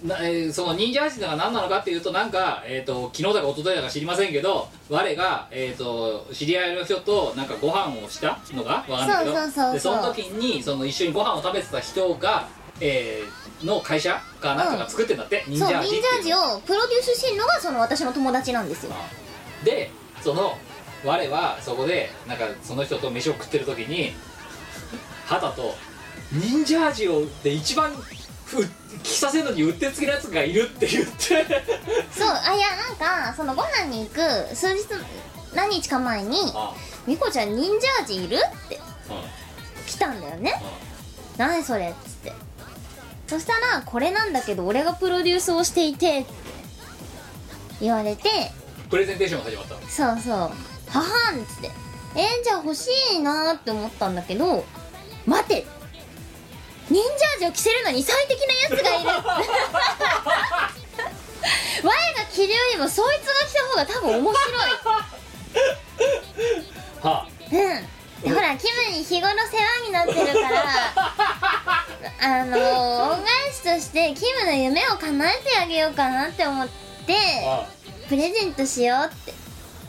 [SPEAKER 2] なえーその忍者味が何なのかっていうとなんか、えー、と昨日だか一昨日だか知りませんけど我が、えー、と知り合いの人となんかご飯をしたのがわかんないけど
[SPEAKER 3] そうそうそうそう
[SPEAKER 2] でその時にその一緒にご飯を食べてた人が、えーの会社かなんかが作ってんだって、忍
[SPEAKER 3] そう
[SPEAKER 2] 者
[SPEAKER 3] 忍
[SPEAKER 2] 味って
[SPEAKER 3] 者
[SPEAKER 2] いう
[SPEAKER 3] 味をプロデュースしてるのがその私の友達なんですよ
[SPEAKER 2] でその我はそこでなんかその人と飯を食ってる時に肌と忍者味をで一番ふ着させるのにうってつけのやつがいるって言って
[SPEAKER 3] そうあいやなんかそのご飯に行く数日何日か前に
[SPEAKER 2] あ
[SPEAKER 3] 「みこちゃん忍者味いる?」って
[SPEAKER 2] うんうん
[SPEAKER 3] 来たんだよね「何それ」っつってそしたら「これなんだけど俺がプロデュースをしていて」って言われて
[SPEAKER 2] プレゼンテーションが始まったの
[SPEAKER 3] そうそう「ははん」っつって「えー、じゃあ欲しいな」って思ったんだけど「待て!」忍者味を着せるのに最適なやつがいる 我が着るよりもそいつが着た方が多分面白い
[SPEAKER 2] は
[SPEAKER 3] うんほらキムに日頃世話になってるから あの恩返しとしてキムの夢を叶えてあげようかなって思って
[SPEAKER 2] あああ
[SPEAKER 3] プレゼントしようって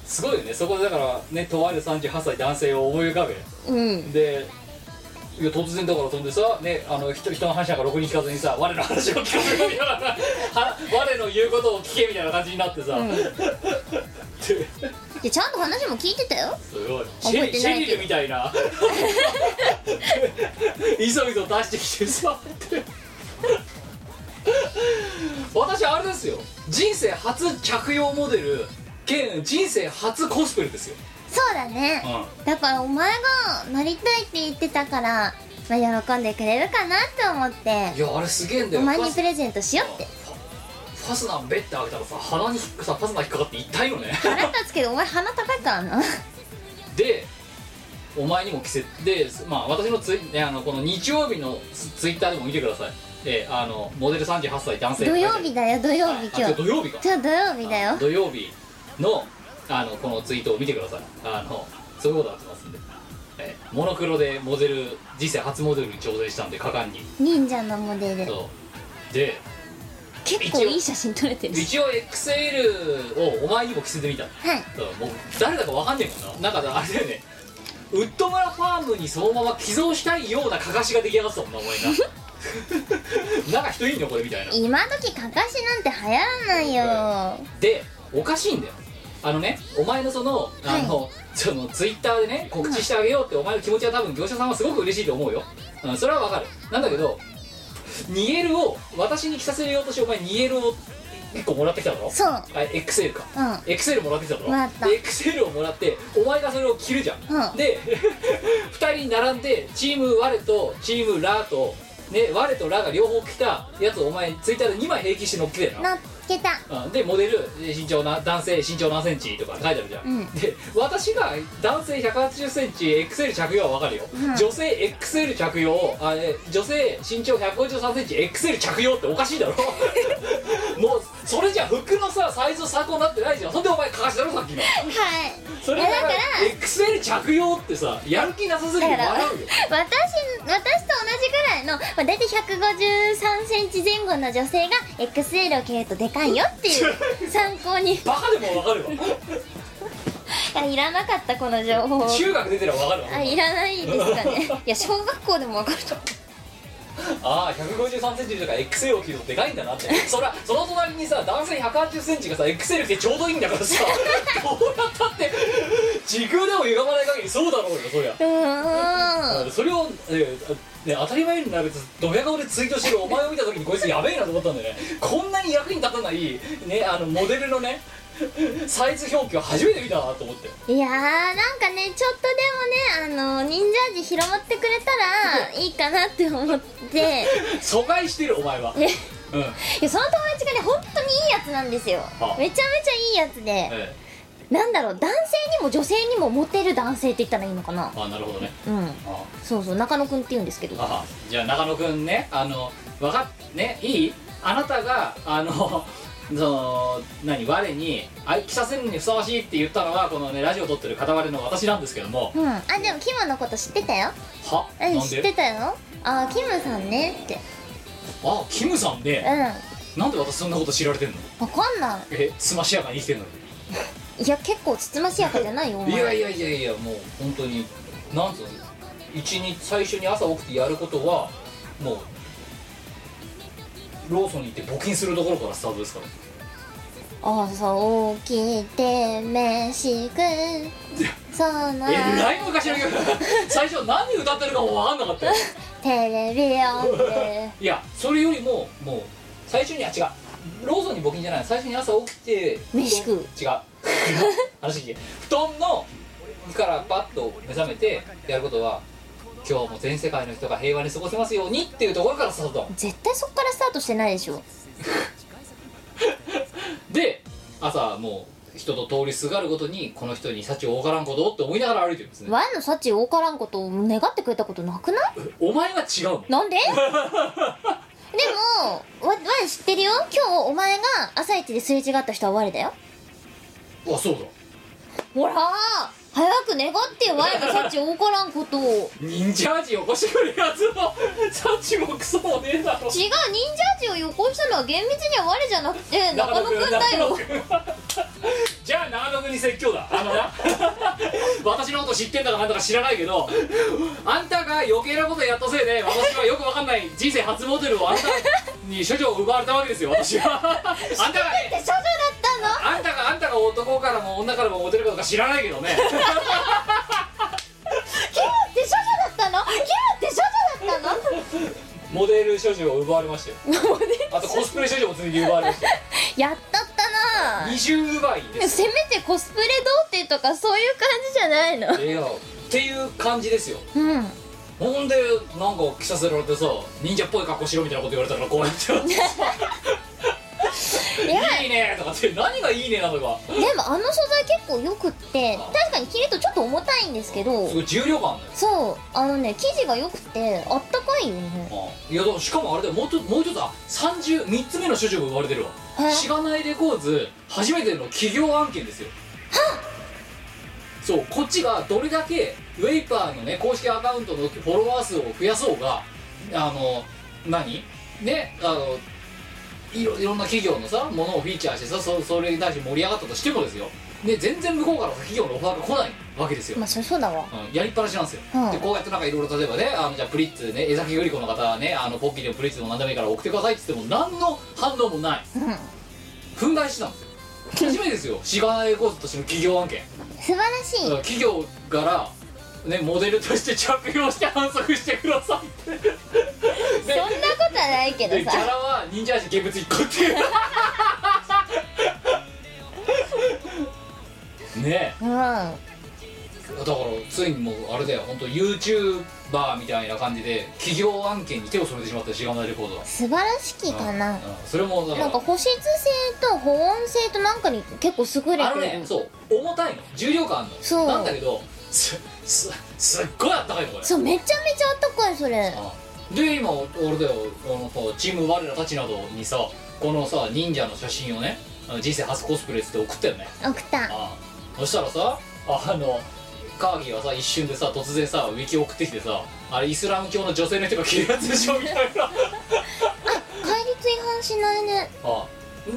[SPEAKER 2] すごいよねそこでだからねとある38歳男性を思い浮かべ
[SPEAKER 3] うん
[SPEAKER 2] でいや突然だから飛んでさ、ね、あの人人の話なんかろくに聞かずにさ我の話を聞かずには我の言うことを聞けみたいな感じになってさ、
[SPEAKER 3] うん
[SPEAKER 2] で
[SPEAKER 3] でちゃんと話も聞いてたよ
[SPEAKER 2] すごいシ
[SPEAKER 3] 覚え
[SPEAKER 2] ェリ
[SPEAKER 3] て
[SPEAKER 2] シ
[SPEAKER 3] ないけど
[SPEAKER 2] ェリルみたいな急いぞ出してきてさって私あれですよ人生初着用モデル兼人生初コスプレですよ、
[SPEAKER 3] そうだねだからお前がなりたいって言ってたから、まあ、喜んでくれるかなって思っ
[SPEAKER 2] い
[SPEAKER 3] て
[SPEAKER 2] やあれすげえんだ
[SPEAKER 3] お
[SPEAKER 2] よ
[SPEAKER 3] 前
[SPEAKER 2] ファ
[SPEAKER 3] に
[SPEAKER 2] ス
[SPEAKER 3] プレゼントしようって
[SPEAKER 2] ファファスナーベッて開けたらさ鼻にさファスナー引っかかって痛いよね
[SPEAKER 3] 腹立つけどお前鼻高いからな
[SPEAKER 2] でお前にも着せで、まあ、私のツイねあのこの日曜日のツツイッターでも見てくださいえあのモデル38歳男性
[SPEAKER 3] 土曜日だよ土曜日
[SPEAKER 2] はい
[SPEAKER 3] 今
[SPEAKER 2] あ今
[SPEAKER 3] 日
[SPEAKER 2] 日土曜日か
[SPEAKER 3] 今日土曜日だよ
[SPEAKER 2] 土曜日のあのこのツイートを見てくださいあのそういうことになってますんでえモノクロでモデル人生初モデルに挑戦したんで果敢に
[SPEAKER 3] 忍者のモデル
[SPEAKER 2] そうで
[SPEAKER 3] 結構いい写真撮れてるし
[SPEAKER 2] 一応 XL をお前にも着せてみた
[SPEAKER 3] はい
[SPEAKER 2] そうもう誰だかわかんねえもんななんかあれだよねウッド村ファームにそのまま寄贈したいようなかかしが出来上がってたもんなお前な なんか人いんのこれみたいな
[SPEAKER 3] 今時かかしなんて流行らないよ
[SPEAKER 2] でおかしいんだよあのねお前のそのあの、そのツイッターでね告知してあげようってお前の気持ちは多分業者さんはすごく嬉しいと思うよ、うん、それはわかるなんだけどニエルを私に着させるようとしてお前ニエルを1個もらってきただろ
[SPEAKER 3] そう
[SPEAKER 2] あ XL か
[SPEAKER 3] うん
[SPEAKER 2] エクセルもらってきただろ
[SPEAKER 3] もらった
[SPEAKER 2] でエクセルをもらってお前がそれを着るじゃん、
[SPEAKER 3] うん
[SPEAKER 2] で 2人並んでチーム我とチームラとね我とラが両方着たやつをお前ツイッターで2枚平均して乗っけてな
[SPEAKER 3] 乗っけた
[SPEAKER 2] うんでモデルえ身長な男性身長何センチとか書いてあるじゃん、
[SPEAKER 3] うん
[SPEAKER 2] で私が男性1 8 0ンチ XL 着用はわかるよ、
[SPEAKER 3] うん
[SPEAKER 2] 女性 XL 着用あえ女性身長1 5 3センチ XL 着用っておかしいだろ もうそれじゃ服のさサイズ参考になってないじゃんそんでお前かかしだろさっきの
[SPEAKER 3] はい
[SPEAKER 2] それだから
[SPEAKER 3] いやだ
[SPEAKER 2] XL 着用ってさやる気なさすぎ
[SPEAKER 3] だ
[SPEAKER 2] て
[SPEAKER 3] から
[SPEAKER 2] 笑
[SPEAKER 3] 私
[SPEAKER 2] うよ
[SPEAKER 3] 私と同じぐらいの、まあ、大体153センチ前後の女性が XL を着るとでかいよっていう 参考に
[SPEAKER 2] バカでもわ かるわ
[SPEAKER 3] あいらなかったこの情報
[SPEAKER 2] 中学出てらわかるわ
[SPEAKER 3] あいらないですかね いや小学校でも分かると思
[SPEAKER 2] ああ1 5 3センチとか XL を着るとでかいんだなってそらその隣にさ男性1 8 0センチがさ XL 着てちょうどいいんだから さどうやったって時空でも歪まない限りそうだろうよそりゃ
[SPEAKER 3] ううーん
[SPEAKER 2] それを、えーね、当たり前になるとドヤ顔でツイートしてるお 前を見た時にこいつやべえなと思ったんだよねこんなに役に立たない、ね、あのモデルのねサイズ表記を初めて見たなと思って
[SPEAKER 3] いやーなんかねちょっとでもねあの忍者味 広まってくれたらいいかなって思って
[SPEAKER 2] 疎外してるお前は
[SPEAKER 3] え
[SPEAKER 2] うん
[SPEAKER 3] いやその友達がね本当にいいやつなんですよ
[SPEAKER 2] はあ
[SPEAKER 3] めちゃめちゃいいやつで、
[SPEAKER 2] え
[SPEAKER 3] なんだろう男性にも女性にもモテる男性って言ったらいいのかな
[SPEAKER 2] えあなるほどね
[SPEAKER 3] うん
[SPEAKER 2] あ
[SPEAKER 3] そうそう中野くんって言うんですけど
[SPEAKER 2] あじゃあ中野くんねあのわかっねいいあなたがあの その何我に愛着させるのにふさわしいって言ったのがこのねラジオ撮ってる片割れの私なんですけども
[SPEAKER 3] うんあでもキムのこと知ってたよ
[SPEAKER 2] は
[SPEAKER 3] うん
[SPEAKER 2] なん
[SPEAKER 3] 知って
[SPEAKER 2] で
[SPEAKER 3] たよあーキムさんねって
[SPEAKER 2] あキムさん
[SPEAKER 3] う
[SPEAKER 2] で
[SPEAKER 3] ん
[SPEAKER 2] なんで私そんなこと知られてんの
[SPEAKER 3] わかんな
[SPEAKER 2] えすましやかに生きてんの
[SPEAKER 3] いいや結構つつましやかじゃないよお
[SPEAKER 2] にい
[SPEAKER 3] 前
[SPEAKER 2] やいやいやいやもう本当になんつうの一日最初に朝起きてやることはもうローソンに行って募金するところからスタートですから
[SPEAKER 3] 朝起きて飯食うその
[SPEAKER 2] えら い昔の曲最初何歌ってるかも分かんなかったよ
[SPEAKER 3] テレビを見て
[SPEAKER 2] いやそれよりももう最初には違うローソンに募金じゃない最初に朝起きて
[SPEAKER 3] 飯食う
[SPEAKER 2] 違う 話聞け布団のからパッと目覚めてやることは今日も全世界の人が平和に過ごせますようにっていうところからスタート
[SPEAKER 3] 絶対そっからスタートしてないでしょ
[SPEAKER 2] で朝もう人と通りすがるごとにこの人に幸多からんことをって思いながら歩いてるんですね
[SPEAKER 3] ワンの幸多からんことを願ってくれたことなくない
[SPEAKER 2] お前は違うの
[SPEAKER 3] なんででもわワン知ってるよ今日お前が朝一ですれ違った人は我だよ
[SPEAKER 2] あそうだ
[SPEAKER 3] ほらー早く願ってよワイが幸多からんことを違う
[SPEAKER 2] 忍者味起こしてくれるやつの幸もクソもねえだろ
[SPEAKER 3] 忍者味を予行したのは厳密には我じゃなくて中野くんだよ
[SPEAKER 2] じゃあ長野くんに説教だあのな 私のこと知ってんだかなんだか知らないけどあんたが余計なことやったせいで私はよくわかんない人生初モデルをあんたに処女を奪われたわけですよ私はあんたが
[SPEAKER 3] って少女だったの
[SPEAKER 2] あんたがあんたが男からも女からもモデルかどうか知らないけどね
[SPEAKER 3] キムって少女だったのキムって少女だったの
[SPEAKER 2] モデル処女を奪われましたよ あとコスプレ処女も続き奪われましたよ
[SPEAKER 3] やったったな
[SPEAKER 2] 二重奪いです
[SPEAKER 3] せめてコスプレ童貞とかそういう感じじゃないの
[SPEAKER 2] いやっていう感じですよ
[SPEAKER 3] うん
[SPEAKER 2] ほんでなんか着させられてさ忍者っぽい格好しろみたいなこと言われたからこうやって
[SPEAKER 3] いや
[SPEAKER 2] いいねとかって何がいいねなとか
[SPEAKER 3] でもあの素材結構よくって確かに着るとちょっと重たいんですけど
[SPEAKER 2] すごい重量感あんだよ
[SPEAKER 3] そうあのね生地がよくてあったかいよね
[SPEAKER 2] いやだからしかもあれだよもうともう一つあ303つ目の処女が生まれてるわ
[SPEAKER 3] え
[SPEAKER 2] しがないレコーズ初めての企業案件ですよそうこっちがどれだけウェイパーのね公式アカウントのフォロワー数を増やそうがあの何ねあのいろいろんな企業のさものをフィーチャーしてさそそれに対して盛り上がったとしてもですよで全然向こうから企業のオファーが来ないわけですよ
[SPEAKER 3] まあそりゃそうだわ
[SPEAKER 2] うんやりっぱなしなんですよ、
[SPEAKER 3] うん
[SPEAKER 2] でこうやってなんかいろいろ例えばねあのじゃあプリッツね江崎由里子の方はねあのポッキーでもプリッツでも何でもいいから送ってくださいって言っても何の反応もない
[SPEAKER 3] うん
[SPEAKER 2] 憤慨してたんですよ初めてですよシガナエコーズとしての企業案件
[SPEAKER 3] 素晴らし
[SPEAKER 2] だ
[SPEAKER 3] い
[SPEAKER 2] から企業からねモデルとして着用して反則してくださいって
[SPEAKER 3] そんなことはないけど
[SPEAKER 2] でギャ
[SPEAKER 3] さ
[SPEAKER 2] ラは忍者味現物1個って いうねえ
[SPEAKER 3] うん
[SPEAKER 2] だからついにもうあれだよ本当 YouTuber みたいな感じで企業案件に手を染めてしまったシガナレコードは
[SPEAKER 3] 素晴らしきかな
[SPEAKER 2] うんそれもだか
[SPEAKER 3] なん
[SPEAKER 2] ら
[SPEAKER 3] か保湿性と保温性となんかに結構優れ
[SPEAKER 2] あ
[SPEAKER 3] て
[SPEAKER 2] の
[SPEAKER 3] る
[SPEAKER 2] ねそう重たいの重量感あるの
[SPEAKER 3] そう
[SPEAKER 2] なんだけどすすすっごいあったかいのこれ
[SPEAKER 3] そうめちゃめちゃあったかいそれ
[SPEAKER 2] うんで今俺だよこのさチーム我らたちなどにさこのさ忍者の写真をねあの人生初コスプレっつって送ったよね
[SPEAKER 3] 送った
[SPEAKER 2] ああそしたらさあのカーギーはさ一瞬でさ突然さウィキ送ってきてさあれイスラム教の女性の人が着るやつでしょみたいなあ
[SPEAKER 3] 戒律違反しないね
[SPEAKER 2] あ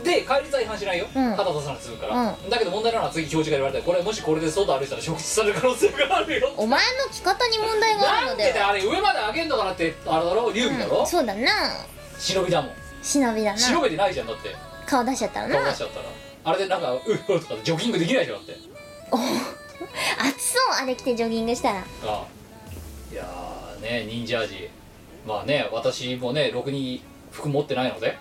[SPEAKER 2] で戒律は違反しないよ、
[SPEAKER 3] うん
[SPEAKER 2] 肌出さなくて済むから、だけど問題なのは次教授が言われたこれもしこれで外歩いてたら食事される可能性があるよ
[SPEAKER 3] お前の着方に問題がある
[SPEAKER 2] な
[SPEAKER 3] の
[SPEAKER 2] ん
[SPEAKER 3] で
[SPEAKER 2] でだよあれ上まで上げんのかなってあれだろ劉備だろ、
[SPEAKER 3] うん、そうだな
[SPEAKER 2] 忍びだもん
[SPEAKER 3] 忍びだな
[SPEAKER 2] 忍べてないじゃんだって
[SPEAKER 3] 顔出しちゃったらな
[SPEAKER 2] 顔出しちゃったらあれでなんか「うっ」とかジョギングできないじゃんだって
[SPEAKER 3] 暑そうあれ着てジョギングしたら
[SPEAKER 2] ああいやーね忍者味まあね私もねろくに服持ってないので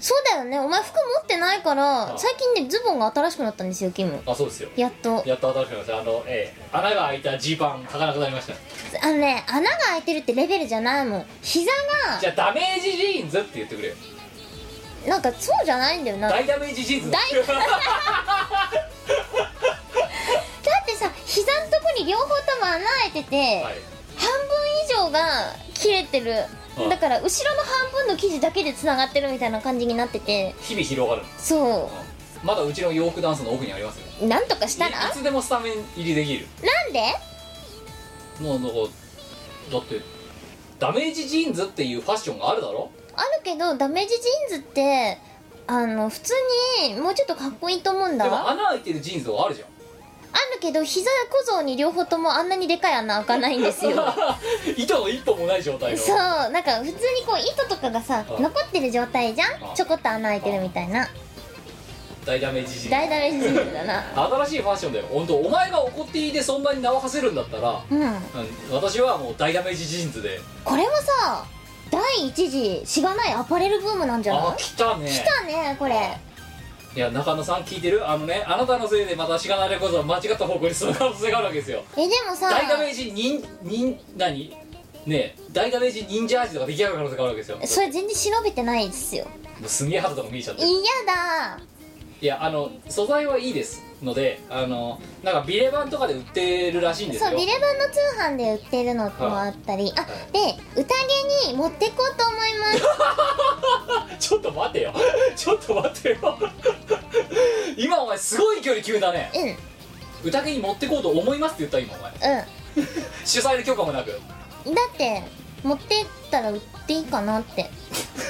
[SPEAKER 3] そうだよねお前服持ってないか
[SPEAKER 2] あ
[SPEAKER 3] ら最近ねズボンが新しくなったんですよキム
[SPEAKER 2] あそうですよ
[SPEAKER 3] やっと
[SPEAKER 2] やっと新しくなりましたあのええ穴が開いたジーパン履かなくなりました
[SPEAKER 3] あのね穴が開いてるってレベルじゃないもん膝が
[SPEAKER 2] じゃあダメージジーンズって言ってくれよ
[SPEAKER 3] なんかそうじゃないんだよなだ
[SPEAKER 2] 大ダメージシーズン
[SPEAKER 3] 大ってさ膝のとこに両方とも穴開いてて、
[SPEAKER 2] はい
[SPEAKER 3] 半分以上が切れてる
[SPEAKER 2] うん
[SPEAKER 3] だから後ろの半分の生地だけでつながってるみたいな感じになってて
[SPEAKER 2] 日々広がるの
[SPEAKER 3] そ
[SPEAKER 2] うんまだうちの洋服ダンスの奥にありますよ
[SPEAKER 3] うなんとかしたら
[SPEAKER 2] い
[SPEAKER 3] な
[SPEAKER 2] つでもスタメン入りできる
[SPEAKER 3] んで
[SPEAKER 2] もうなんかだってダメージジーンズっていうファッションがあるだろ
[SPEAKER 3] あるけどダメージジーンズってあの普通にもうちょっとかっこいいと思うんだ
[SPEAKER 2] で
[SPEAKER 3] わ
[SPEAKER 2] も
[SPEAKER 3] あ
[SPEAKER 2] 穴開いてるジーンズとかあるじゃん
[SPEAKER 3] るけど膝小僧に両方ともあんなにでかい穴開かないん ですよ
[SPEAKER 2] 糸の一本もない状態の
[SPEAKER 3] そうなんか普通にこう糸とかがさ
[SPEAKER 2] うん
[SPEAKER 3] 残ってる状態じゃ
[SPEAKER 2] うんん
[SPEAKER 3] ちょこっと穴開いてるみたいな
[SPEAKER 2] 大ダメージジーンズ
[SPEAKER 3] 大ダメージジーンズだな
[SPEAKER 2] 新しいファッションだよ本当お前が怒っていてそんなに名を馳せるんだったら、
[SPEAKER 3] うん
[SPEAKER 2] うん、私はもう大ダメージジーンズで
[SPEAKER 3] これはさ第一次しがないアパレルブームなんじゃな
[SPEAKER 2] あ
[SPEAKER 3] い
[SPEAKER 2] 来たね
[SPEAKER 3] 来たねこれ
[SPEAKER 2] いや中野さん聞いてるあのねあなたのせいでまたしがないレコードは間違った方向に進む可能性があるわけですよ
[SPEAKER 3] えでもさ
[SPEAKER 2] 大ダメージ忍忍何ねえ大ダメージ忍者味とか出来上がる可能性があるわけですよ
[SPEAKER 3] それ全然忍べてないですよ
[SPEAKER 2] もうすげえ肌とか見えちゃって
[SPEAKER 3] 嫌
[SPEAKER 2] る
[SPEAKER 3] だ
[SPEAKER 2] いやあの素材はいいですのであのなんかビレ版とかで売ってるらしいんですよ
[SPEAKER 3] そうビレバンの通販で売ってるのもあったりあで宴に持ってこうと思います
[SPEAKER 2] ちょっと待てよ ちょっと待てよ 今お前すごい距離急だ ね
[SPEAKER 3] うんうん
[SPEAKER 2] 宴に持ってこうと思いますって言った今お前
[SPEAKER 3] だ
[SPEAKER 2] 主催の許可もなく
[SPEAKER 3] って持ってったら売っていいかなっていや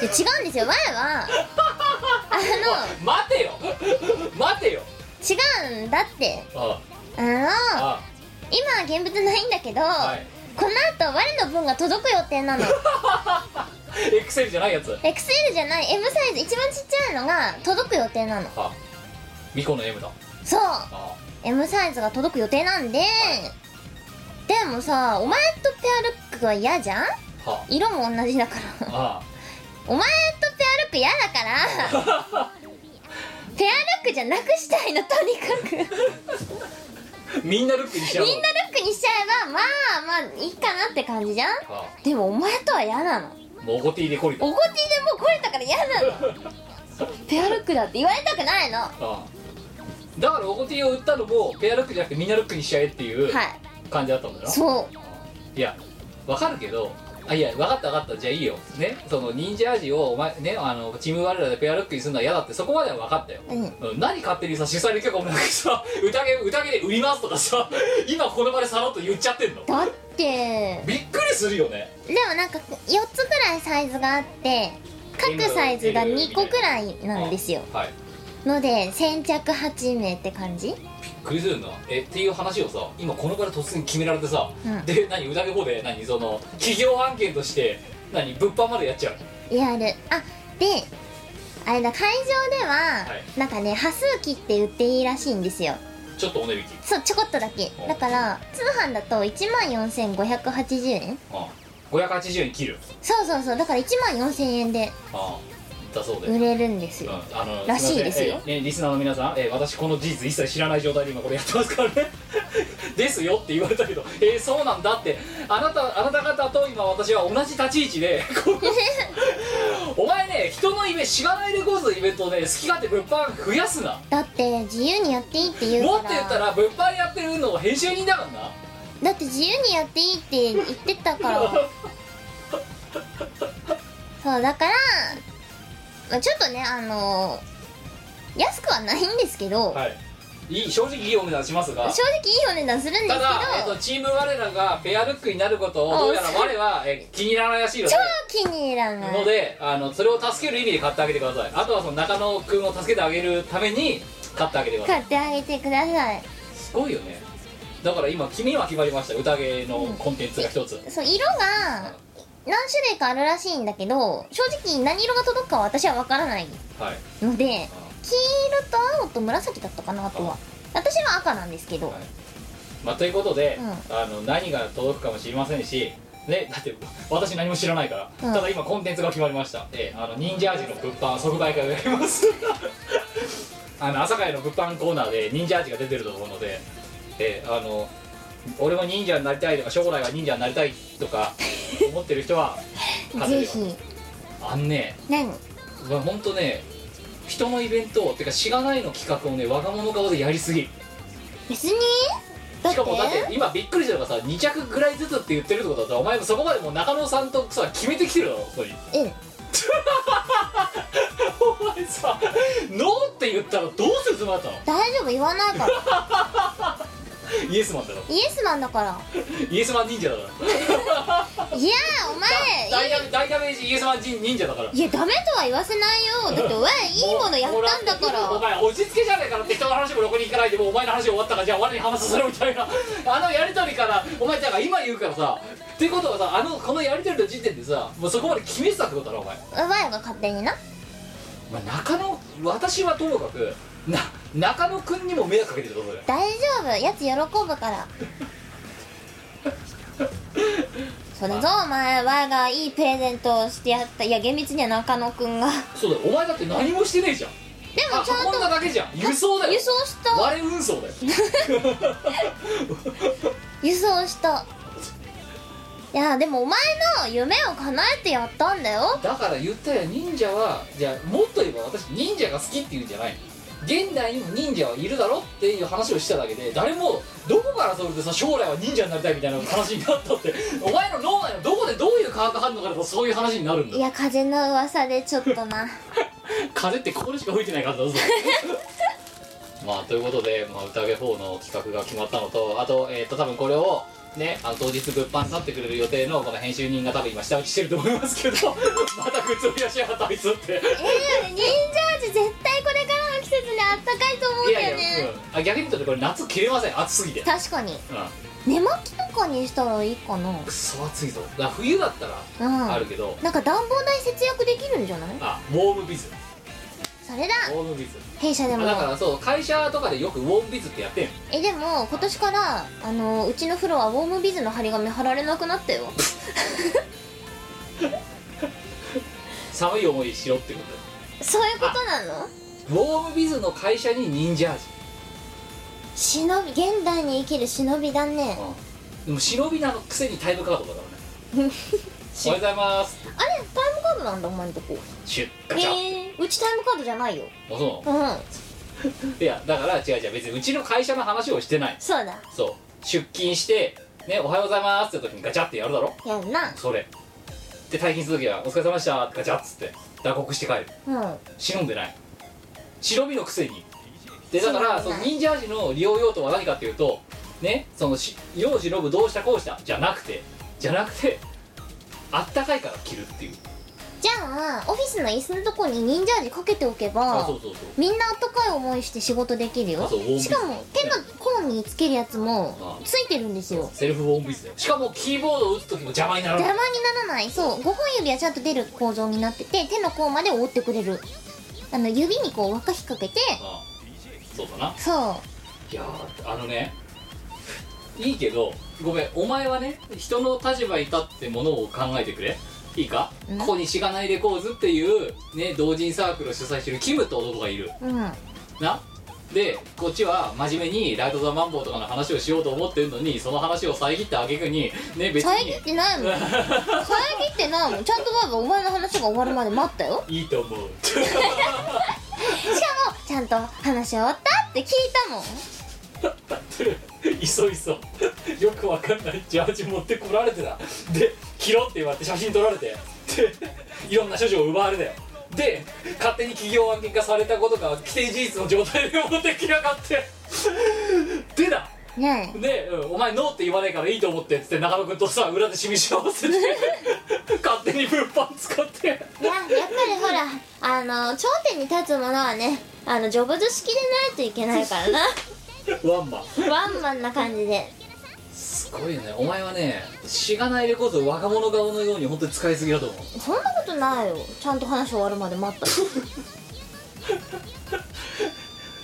[SPEAKER 3] 違うんですよ前は あの
[SPEAKER 2] 待てよ 待てよ
[SPEAKER 3] 違うんだって
[SPEAKER 2] あ
[SPEAKER 3] あの
[SPEAKER 2] あ
[SPEAKER 3] 今は現物ないんだけど、
[SPEAKER 2] はい
[SPEAKER 3] この後我の分が届く予定 なの
[SPEAKER 2] エクセルじゃないやつ
[SPEAKER 3] XL じゃない M サイズ一番ちっちゃいのが届く予定なの
[SPEAKER 2] あミコの M だ
[SPEAKER 3] そう
[SPEAKER 2] あ
[SPEAKER 3] M サイズが届く予定なんででもさお前とペアルックは嫌じゃん
[SPEAKER 2] は
[SPEAKER 3] 色も同じだから
[SPEAKER 2] あ
[SPEAKER 3] お前とペアルック嫌だからペ アルックじゃなくしたいのとにかくみんなルッ
[SPEAKER 2] みんなルックにしちゃうの
[SPEAKER 3] クにしちゃえばまあまあいいかなって感じじゃん
[SPEAKER 2] は
[SPEAKER 3] でもお前とは嫌なの
[SPEAKER 2] あもうおごっていいでこり
[SPEAKER 3] おごってでもう来れたから嫌なのペアルックだって言われたくないのは
[SPEAKER 2] ああだからおごてを売ったのもペアルックじゃなくてみんなルックにしちゃえっていう感じだったんだ
[SPEAKER 3] い
[SPEAKER 2] な、
[SPEAKER 3] そう
[SPEAKER 2] い、やわかるけどあいや分かった分かったじゃあいいよねその忍者味をお前ねあのチーム我らでペアルックにするのは嫌だってそこまでは分かったよ、
[SPEAKER 3] う
[SPEAKER 2] うん何勝手にさ主催の許可もなくさ宴宴で売りますとかさ 今この場でさらっと言っちゃってんの
[SPEAKER 3] だって
[SPEAKER 2] びっくりするよね
[SPEAKER 3] でもなんか4つくらいサイズがあって各サイズが2個くらいなんですよ
[SPEAKER 2] はい
[SPEAKER 3] ので先着8名って感じ
[SPEAKER 2] クイズるなえっていう話をさ今このから突然決められてさ、
[SPEAKER 3] うん
[SPEAKER 2] で何宴方で何その企業案件として何物販までやっちゃう
[SPEAKER 3] やるあであれだ会場では、
[SPEAKER 2] い
[SPEAKER 3] なんかね端数切って売っていいらしいんですよ
[SPEAKER 2] ちょっとお値引き
[SPEAKER 3] そうちょこっとだけ
[SPEAKER 2] お
[SPEAKER 3] だから通販だと1万4580円
[SPEAKER 2] うん580円切る
[SPEAKER 3] そうそうそうだから1万4000円で
[SPEAKER 2] うんだそうで、
[SPEAKER 3] 売れるんです
[SPEAKER 2] うん
[SPEAKER 3] よ
[SPEAKER 2] あの
[SPEAKER 3] らしいですよ
[SPEAKER 2] ませんえーね、リスナーの皆さん、えー私この事実一切知らない状態で今これやってますからね ですよって言われたけどえーそうなんだってあなたあなた方と今私は同じ立ち位置で ここお前ね人のイベント知らないレコードのイベントをね好き勝手物販増やすな
[SPEAKER 3] だって自由にやっていいって言う
[SPEAKER 2] も
[SPEAKER 3] か
[SPEAKER 2] っ
[SPEAKER 3] ら
[SPEAKER 2] と言ったら物販やってるの編集人だからな
[SPEAKER 3] だって自由にやっていいって言ってたから そうだから、まあ、ちょっとねあの安くはないんですけど、
[SPEAKER 2] はいいい正直いいお値段しますが
[SPEAKER 3] 正直いいお値段するんですけど
[SPEAKER 2] ただ、えっと、チーム我らがペアルックになることをどうやら我はえ気に入らないらしいので
[SPEAKER 3] 超気に入らない
[SPEAKER 2] のであのそれを助ける意味で買ってあげてくださいあとはその中野くんを助けてあげるために買ってあげてください
[SPEAKER 3] 買ってあげてください
[SPEAKER 2] すごいよねだから今君は決まりました宴のコンテンツが一つ、
[SPEAKER 3] そう色が何種類かあるらしいんだけど正直何色が届くかは私は分からない
[SPEAKER 2] はい
[SPEAKER 3] ので黄色と青と紫だったかなあとは私は赤なんですけど、
[SPEAKER 2] はいまあ、ということで、
[SPEAKER 3] う
[SPEAKER 2] あの何が届くかもしれませんしね、だって私何も知らないから、
[SPEAKER 3] うん
[SPEAKER 2] ただ今コンテンツが決まりました、ええあの忍者味の物販即売会をやります あの朝会の物販コーナーで忍者味が出てると思うので、ええあの俺も忍者になりたいとか将来は忍者になりたいとか思ってる人は買ってあげ
[SPEAKER 3] ぜ
[SPEAKER 2] てください
[SPEAKER 3] ひ
[SPEAKER 2] あんね
[SPEAKER 3] 何
[SPEAKER 2] まあ本当ね人のイベントってかしがないの企画をね若者顔でやりすぎ
[SPEAKER 3] 別にだっ
[SPEAKER 2] してかもだって今びっくりしたのがさ2着ぐらいずつって言ってるってことだったらお前もそこまでもう中野さんとさ決めてきてるだろこ こに
[SPEAKER 3] ええ
[SPEAKER 2] お前さノーって言ったらどうするつもりだっ
[SPEAKER 3] 大丈夫言わ ないから
[SPEAKER 2] たのイエスマンだろ
[SPEAKER 3] イエスマンだから
[SPEAKER 2] イエスマン忍者だから
[SPEAKER 3] いやお前
[SPEAKER 2] 大
[SPEAKER 3] い
[SPEAKER 2] ダメ大ダメージイエスマン忍忍者だから
[SPEAKER 3] いやダメとは言わせない よだってお前いいものやったんだか
[SPEAKER 2] お
[SPEAKER 3] ら
[SPEAKER 2] 前落ち着けじゃねえからって人の話もろくに行かないでもうお前の話終わったからじゃあ我に話させろみたいな あのやり取りからお前だから今言うからさってことはさあのこのやり取りの時点でさもうそこまで決めてたってことだろお前
[SPEAKER 3] お前が勝手にな
[SPEAKER 2] まあ、中野私はともかくな中野くんにも迷惑かけてるぞそれ
[SPEAKER 3] 大丈夫やつ喜ぶ からそれぞお前我がいいプレゼントをしてやったいや厳密には中野くんが
[SPEAKER 2] そうだよお前だって何もしてねえじゃん
[SPEAKER 3] でも
[SPEAKER 2] あ
[SPEAKER 3] ちゃん
[SPEAKER 2] 運んだ
[SPEAKER 3] と
[SPEAKER 2] だけじゃん輸送だよ
[SPEAKER 3] 輸送した
[SPEAKER 2] 我運 送だよ
[SPEAKER 3] 輸送したいやでもお前の夢を叶えてやったんだよ
[SPEAKER 2] だから言ったや忍者はじゃあもっと言えば私忍者が好きっていうんじゃない現代にも忍者はいるだろっていう話をしただけで誰もどこからそれでさ将来は忍者になりたいみたいな話になったってお前の脳内のどこでどういう化学反応からそういう話になるんだ
[SPEAKER 3] いや風の噂でちょっ とな
[SPEAKER 2] 風ってここでしか吹いてないから だぞまあということで、まあ、宴4の企画が決まったのとあとえっ、と多分これをねあの当日物販になってくれる予定のこの編集人が多分今下打ちしてると思いますけど また靴を増やしやがったあいつって
[SPEAKER 3] ええ忍者味絶対これからの季節にあったかいと思うん
[SPEAKER 2] い
[SPEAKER 3] だ
[SPEAKER 2] や
[SPEAKER 3] よ
[SPEAKER 2] いや、
[SPEAKER 3] ね
[SPEAKER 2] うんあ逆に言うとねこれ夏切れません暑すぎて、
[SPEAKER 3] 確かに
[SPEAKER 2] うん、
[SPEAKER 3] 寝巻きとかにしたらいいかな
[SPEAKER 2] くそ暑いぞだから冬だったら
[SPEAKER 3] うん
[SPEAKER 2] あるけど、
[SPEAKER 3] なんか暖房代節約できるんじゃない
[SPEAKER 2] あウォームビズ
[SPEAKER 3] それだ
[SPEAKER 2] ウォームビズ
[SPEAKER 3] 弊社で
[SPEAKER 2] あ
[SPEAKER 3] も
[SPEAKER 2] だからそう会社とかでよくウォームビズってやってんの
[SPEAKER 3] えでも今年からあのうちのフロアウォームビズの張り紙貼られなくなった よ
[SPEAKER 2] 寒い思いしろってこと
[SPEAKER 3] そういうことなの
[SPEAKER 2] ウォームビズの会社に忍者味、
[SPEAKER 3] 忍び現代に生きる忍びだね
[SPEAKER 2] でも忍びなのくせにタイムカードだから ねおはようございます
[SPEAKER 3] あれタイムカードなんだお前んとこ
[SPEAKER 2] シュッガチャッ
[SPEAKER 3] えー、うちタイムカードじゃないよ
[SPEAKER 2] あそ
[SPEAKER 3] うん
[SPEAKER 2] ういやだから違う違う別にうちの会社の話をしてない
[SPEAKER 3] そうだ
[SPEAKER 2] そう出勤してねおはようございますって時にガチャってやるだろ
[SPEAKER 3] やるな
[SPEAKER 2] それで退勤する時は「お疲れ様でした」ガチャッつって打刻して帰る
[SPEAKER 3] うん
[SPEAKER 2] 忍んでない忍びのくせにでだからそ
[SPEAKER 3] 忍んでな
[SPEAKER 2] の
[SPEAKER 3] い
[SPEAKER 2] 忍者味の利用用途は何かっていうとねそのし用事ロブどうしたこうしたじゃなくてじゃなくてあったかいから着るっていう
[SPEAKER 3] じゃあオフィスの椅子のとこに忍者味かけておけば
[SPEAKER 2] そうそう
[SPEAKER 3] みんなあったかい思いして仕事できる
[SPEAKER 2] あ
[SPEAKER 3] よ
[SPEAKER 2] そうウォームビズ
[SPEAKER 3] しかも手の甲につけるやつも
[SPEAKER 2] あ
[SPEAKER 3] ついてるんですよ
[SPEAKER 2] セルフウォームビズだよしかもキーボードを打つ時も邪魔になら
[SPEAKER 3] 邪
[SPEAKER 2] な
[SPEAKER 3] 魔
[SPEAKER 2] い
[SPEAKER 3] にならないそう5本指はちゃんと出る構造になってて手の甲まで覆ってくれるあの指にこう輪っか引っ掛けて
[SPEAKER 2] ああそうだな
[SPEAKER 3] そ
[SPEAKER 2] いやーあのねいいけどごめんお前はね人の立場に立ってものを考えてくれいいか
[SPEAKER 3] ん
[SPEAKER 2] ここにしがないレコーズっていうね同人サークルを主催してるキムって男がいる
[SPEAKER 3] ううん
[SPEAKER 2] なでこっちは真面目にライト・ザ・マンボウとかの話をしようと思ってるのにその話を遮った挙句にね別
[SPEAKER 3] 遮
[SPEAKER 2] に
[SPEAKER 3] ってないもん遮ってないもんちゃんと前はお前の話が終わるまで待ったよ
[SPEAKER 2] いいと思う
[SPEAKER 3] しかもちゃんと話終わったって聞いたもん
[SPEAKER 2] いそいそよくわかんないジャージ持ってこられてたで着ろって言われて写真撮られてでいろんな処女を奪われたよで勝手に企業案件化されたことが既定事実の状態で持ってきやがってでだ
[SPEAKER 3] ね
[SPEAKER 2] で、うんお前ノーって言わないからいいと思ってっつって中野君とさ裏で示し合わせて勝手に物販使っ
[SPEAKER 3] え
[SPEAKER 2] て
[SPEAKER 3] いややっぱりほらあの頂点に立つものはねあのジョブズ式でないといけない からな
[SPEAKER 2] ワンマン
[SPEAKER 3] ワンマンな感じです
[SPEAKER 2] ごいよねお前はねしがないレコード若者顔のように本当に使いすぎだと思う
[SPEAKER 3] そんなことないよちゃんと話終わるまで待ったよ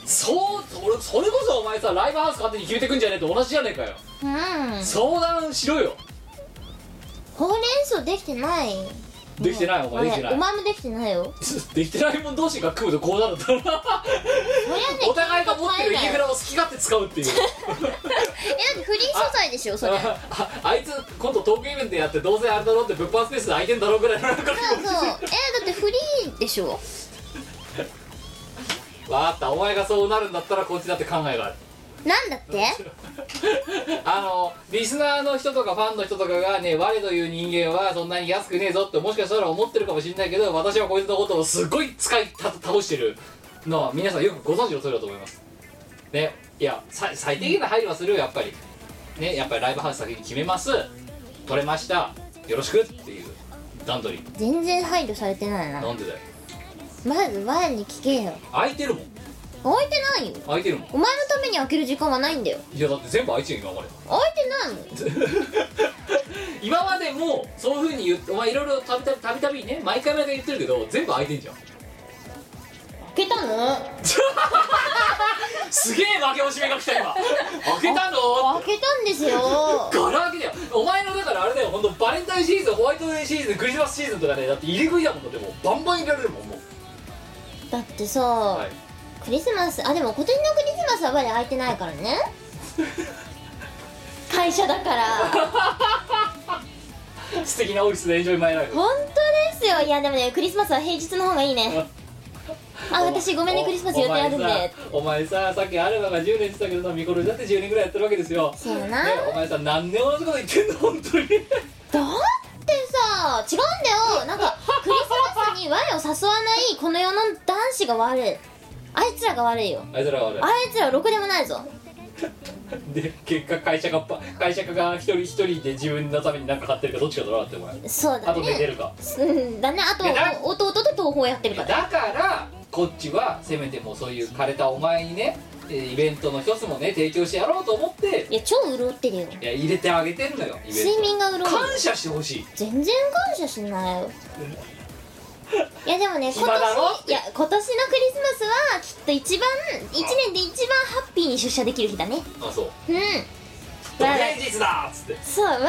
[SPEAKER 2] そう俺それこそお前さライブハウス勝手に決めてくんじゃねえと同じじゃねえかよ、
[SPEAKER 3] うん
[SPEAKER 2] 相談しろよ
[SPEAKER 3] ほうれん草できてない
[SPEAKER 2] できてないお前できてない
[SPEAKER 3] お前もできてないよ
[SPEAKER 2] できてないもん同士が組むとこうなるんだな
[SPEAKER 3] そりゃね
[SPEAKER 2] お互いが持ってる
[SPEAKER 3] 喧嘩
[SPEAKER 2] イン
[SPEAKER 3] 買え
[SPEAKER 2] フ
[SPEAKER 3] ない
[SPEAKER 2] ラを好き勝手使うってい
[SPEAKER 3] っ
[SPEAKER 2] う
[SPEAKER 3] てフリー素材でしょそれそう
[SPEAKER 2] ああいつ今度トークイベントやってどうせあれだろうって物販スペースで空いてんだろうぐらいの中に
[SPEAKER 3] そうえだってフリーでしょ
[SPEAKER 2] わかったお前がそうなるんだったらこっちだって考えがある
[SPEAKER 3] なんだって
[SPEAKER 2] あのリスナーの人とかファンの人とかがね我という人間はそんなに安くねえぞってもしかしたら思ってるかもしれないけど私はこいつのことをすごい使いた倒してるのは皆さんよくご存知の通りだと思いますねいや最最低限の配慮はするよやっぱりねやっぱりライブハウス先に決めます取れましたよろしくっていう段取り
[SPEAKER 3] 全然配慮されてないな
[SPEAKER 2] なんでだよ
[SPEAKER 3] まず前に聞けよ
[SPEAKER 2] 空いてるもん
[SPEAKER 3] 開いてないよ
[SPEAKER 2] 空いてるもん
[SPEAKER 3] お前のために開ける時間はないんだよ
[SPEAKER 2] いやだって全部空いてるよ今まで
[SPEAKER 3] 開いてないの
[SPEAKER 2] 今までもそういうふうに言ってお前いろいろたびたびたびたびね毎回毎回言ってるけど全部空いてんじ ゃん
[SPEAKER 3] 開けたの
[SPEAKER 2] すげえ負け惜しみが来た今開けたの
[SPEAKER 3] 開けたんです よ
[SPEAKER 2] ガラ開けだよお前のだからあれだよ本当バレンタインシーズンホワイトデーシーズンクリスマスシーズンとかねだって入り食いだもんだってもうバンバン入れられるもんもう
[SPEAKER 3] だってさ、
[SPEAKER 2] はい
[SPEAKER 3] クリスマスあでも今年のクリスマスはまだ開いてないからね 会社だから
[SPEAKER 2] 素敵なオフィスでエンジョイマイライフ
[SPEAKER 3] 本当ですよいやでもねクリスマスは平日の方がいいねあ私ごめんねクリスマス予定あるん
[SPEAKER 2] お前
[SPEAKER 3] で
[SPEAKER 2] さお前ささっきアルバが10年したけどさミコルだって10年ぐらいやってるわけですよ
[SPEAKER 3] そうや
[SPEAKER 2] ね
[SPEAKER 3] な、
[SPEAKER 2] お前さ何年同じこと言ってんの本当
[SPEAKER 3] だっ
[SPEAKER 2] に
[SPEAKER 3] てさ違うんだよなんかクリスマスに我を誘わないこの世の男子が悪いあいつらが悪いよ
[SPEAKER 2] あいつらは悪い
[SPEAKER 3] あいつらろくでもないぞ
[SPEAKER 2] で結果会社がパ会社が一人一人で自分のために何か買ってるかどっちかだろうってお前
[SPEAKER 3] そう
[SPEAKER 2] あ
[SPEAKER 3] だ
[SPEAKER 2] と寝て
[SPEAKER 3] ね
[SPEAKER 2] るか
[SPEAKER 3] うんだねあと
[SPEAKER 2] でな
[SPEAKER 3] お弟と東宝やってる
[SPEAKER 2] だ
[SPEAKER 3] か
[SPEAKER 2] かららこっちはせめてもうそういう枯れたお前にねえーイベントの一つもね提供してやろうと思って
[SPEAKER 3] いや超潤ってるよ
[SPEAKER 2] いや入れてあげてんのよイベン
[SPEAKER 3] 睡眠が潤う
[SPEAKER 2] ト感謝してほしい
[SPEAKER 3] 全然感謝し ないよいやでもね今
[SPEAKER 2] 暇だろ
[SPEAKER 3] 年いや今年のクリスマスはきっと一番一年で一番ハッピーに出社できる日だね
[SPEAKER 2] あそう
[SPEAKER 3] うん
[SPEAKER 2] 土平日だっつって
[SPEAKER 3] そうわーわー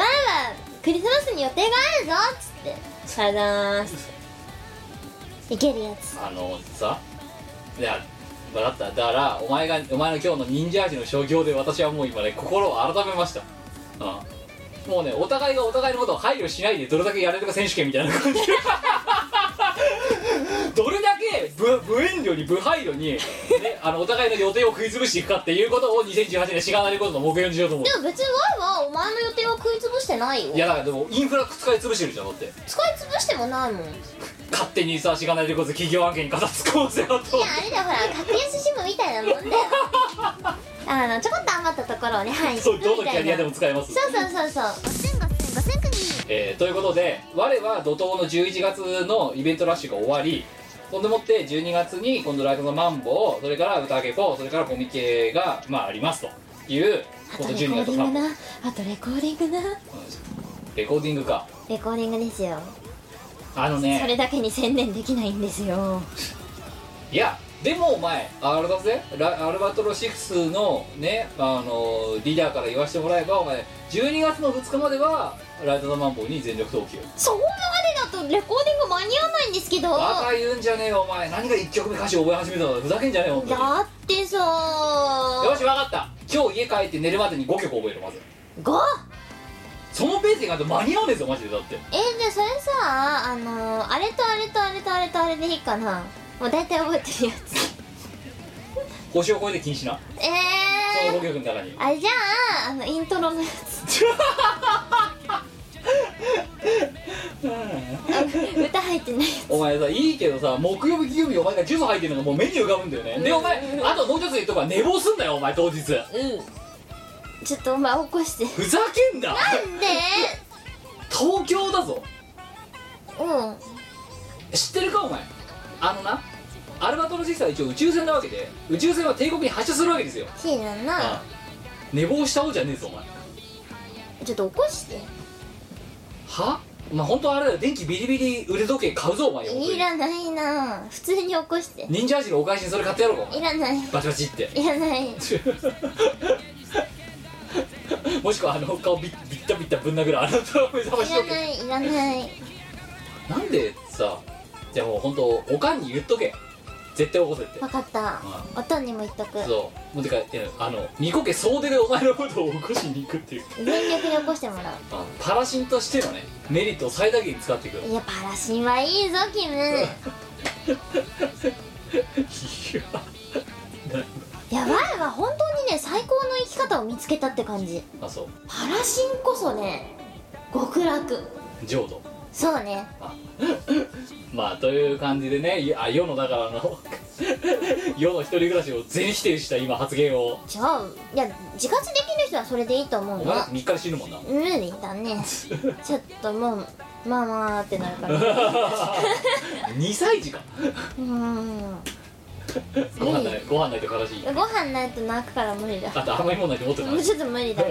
[SPEAKER 3] クリスマスに予定があるぞっつって「さよなら」っつっていけるやつ
[SPEAKER 2] あのさいや分かっただからお前がお前の今日の忍者味の所業で私はもう今ね心を改めましたうんもうねお互いがお互いのことを配慮しないでどれだけやれるか選手権みたいな 感じどれだけ無無遠慮に無配慮に、ね、あのお互いの予定を食い潰していくかっていうことを2018年しがないことの目標にしようと思う
[SPEAKER 3] でも別にわーわーお前の予定は食い潰してないよ
[SPEAKER 2] いやだからでもインフラ使い潰してるじゃんだって
[SPEAKER 3] 使い潰してもないもんいや
[SPEAKER 2] 勝手にさしがないでこそ企業案件に片付こうぜよと思って
[SPEAKER 3] あれだよほら格安シムみたいなもんだよ あのちょこっと余ったところをねはい
[SPEAKER 2] そうどのキャリアでも使えます
[SPEAKER 3] そうそうそうそうガセンガセンガセンクニ
[SPEAKER 2] えーということで我は怒涛の11月のイベントラッシュが終わりほんでもって12月に今度ライトのマンボウそれから歌揚げポそれからコミケがまあありますという
[SPEAKER 3] あ
[SPEAKER 2] ことの
[SPEAKER 3] レコーディ
[SPEAKER 2] 12月
[SPEAKER 3] ング
[SPEAKER 2] のマンボウ
[SPEAKER 3] なあとレコーディングな
[SPEAKER 2] レコーディングか
[SPEAKER 3] レコーディングですよ
[SPEAKER 2] あの
[SPEAKER 3] そ
[SPEAKER 2] ね
[SPEAKER 3] れだけに専念できないんですよ
[SPEAKER 2] いやでもお前あれだぜラアルバトロ6のねあのリーダーから言わせてもらえばお前12月の2日まではライトのマンボウに全力投球
[SPEAKER 3] そこまでだとレコーディング間に合わないんですけど
[SPEAKER 2] バカ言うんじゃねえよお前何が1曲目歌詞覚え始めたのふざけんじゃねえよ本当に
[SPEAKER 3] だってさ
[SPEAKER 2] よし分かった今日家帰って寝るまでに5曲覚えるまず
[SPEAKER 3] 5!
[SPEAKER 2] そのペースでいかないと間に合うんですよマジでだって
[SPEAKER 3] えじゃあそれさあのあれとあれとあれとあれとあれでいいかなもう大体覚えてるやつ
[SPEAKER 2] 星を超えて禁止なそ
[SPEAKER 3] えー
[SPEAKER 2] の5曲の中に
[SPEAKER 3] あじゃああのイントロのやつ歌入ってない
[SPEAKER 2] お前さいいけどさ木曜日金曜日お前がジュース入ってるのがもう目に浮かぶんだよねでお前あともう一つ言っとか寝坊すんだよお前当日ふ
[SPEAKER 3] うんちょっとお前起こして
[SPEAKER 2] ざけんな
[SPEAKER 3] なんで
[SPEAKER 2] 東京だぞ
[SPEAKER 3] うん
[SPEAKER 2] 知ってるかお前あのなアルバトロシスは一応宇宙船なわけで宇宙船は帝国に発射するわけですよ
[SPEAKER 3] そうだな
[SPEAKER 2] 寝坊した方じゃねえぞお前
[SPEAKER 3] ちょっと起こして
[SPEAKER 2] はまあ本当はあれだよ電気ビリビリ腕時計買うぞお前よ本当
[SPEAKER 3] い
[SPEAKER 2] に
[SPEAKER 3] らないな普通に起こして
[SPEAKER 2] 忍者味のお返しにそれ買ってやろうかお前
[SPEAKER 3] いらない
[SPEAKER 2] バチバチって
[SPEAKER 3] いらない
[SPEAKER 2] もしくはあの顔ビッビッタビッタぶん殴るあの顔目覚ま
[SPEAKER 3] い
[SPEAKER 2] しと
[SPEAKER 3] ら
[SPEAKER 2] け
[SPEAKER 3] ないいらない
[SPEAKER 2] なんでさじゃあもう本当おかんに言っとけ絶対起こせって
[SPEAKER 3] 分かった
[SPEAKER 2] う
[SPEAKER 3] おとんにも言っとく
[SPEAKER 2] そうもうてかいやあのミコ家総出でお前のことを起こしに行くっていう
[SPEAKER 3] 全力で起こしてもらう
[SPEAKER 2] あパラシンとしてのねメリットを最大限に使っていくの
[SPEAKER 3] いやパラシンはいいぞキム
[SPEAKER 2] いや
[SPEAKER 3] やばいわ本当にね最高の生き方を見つけたって感じ
[SPEAKER 2] あそう
[SPEAKER 3] パラシンこそね極楽
[SPEAKER 2] 浄土
[SPEAKER 3] そうね
[SPEAKER 2] まあという感じでねいあ世のだからあの 世の一人暮らしを全否定した今発言を
[SPEAKER 3] じゃあいや自活できる人はそれでいいと思うの
[SPEAKER 2] お前3日で死ぬもんな
[SPEAKER 3] 無理だ ねちょっともうまあまあってなるから う
[SPEAKER 2] 2歳児か
[SPEAKER 3] ーん
[SPEAKER 2] ご飯ないご飯ないと悲しい
[SPEAKER 3] ご飯ないと泣くから無理だ
[SPEAKER 2] あと甘いもんないと思って
[SPEAKER 3] も
[SPEAKER 2] な
[SPEAKER 3] う
[SPEAKER 2] い
[SPEAKER 3] ちょっと無理だ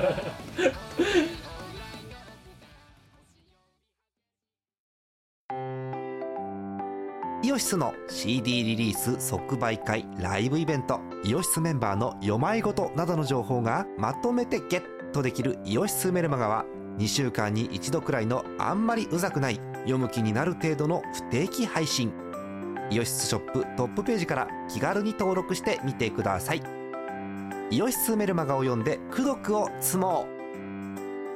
[SPEAKER 4] イオシスの CD リリース即売会ライブイベントイオシスメンバーの読まいごとなどの情報がまとめてゲットできる「イオシスメルマガ」は2週間に1度くらいのあんまりうざくない読む気になる程度の不定期配信イオシスショップトップページから気軽に登録してみてくださいイオシスメルマガを読んで「功徳を積もう」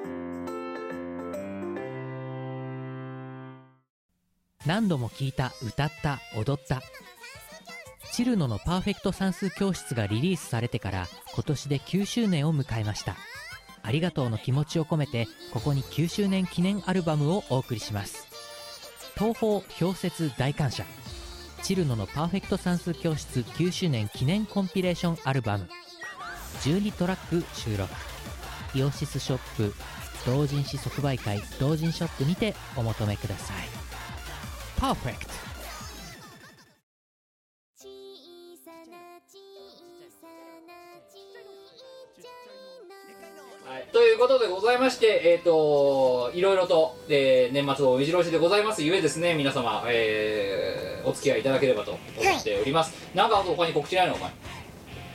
[SPEAKER 5] 何度も聞いた歌った踊ったチルノのパーフェクト算数教室がリリースされてから今年で9周年を迎えましたありがとうの気持ちを込めてここに9周年記念アルバムをお送りします東宝氷雪大感謝チルノのパーフェクト算数教室9周年記念コンピレーションアルバム12トラック収録イオシスショップ同人誌即売会同人ショップにてお求めくださいパーフェクト
[SPEAKER 6] 小さな小さなちっちゃいの
[SPEAKER 2] はい、ということでございまして、えっ、と、いろいろと、えー年末を目白押しでございますゆえですね、皆様、えーお付き合いいただければと思っております。なんかあと他に告知ないのお前。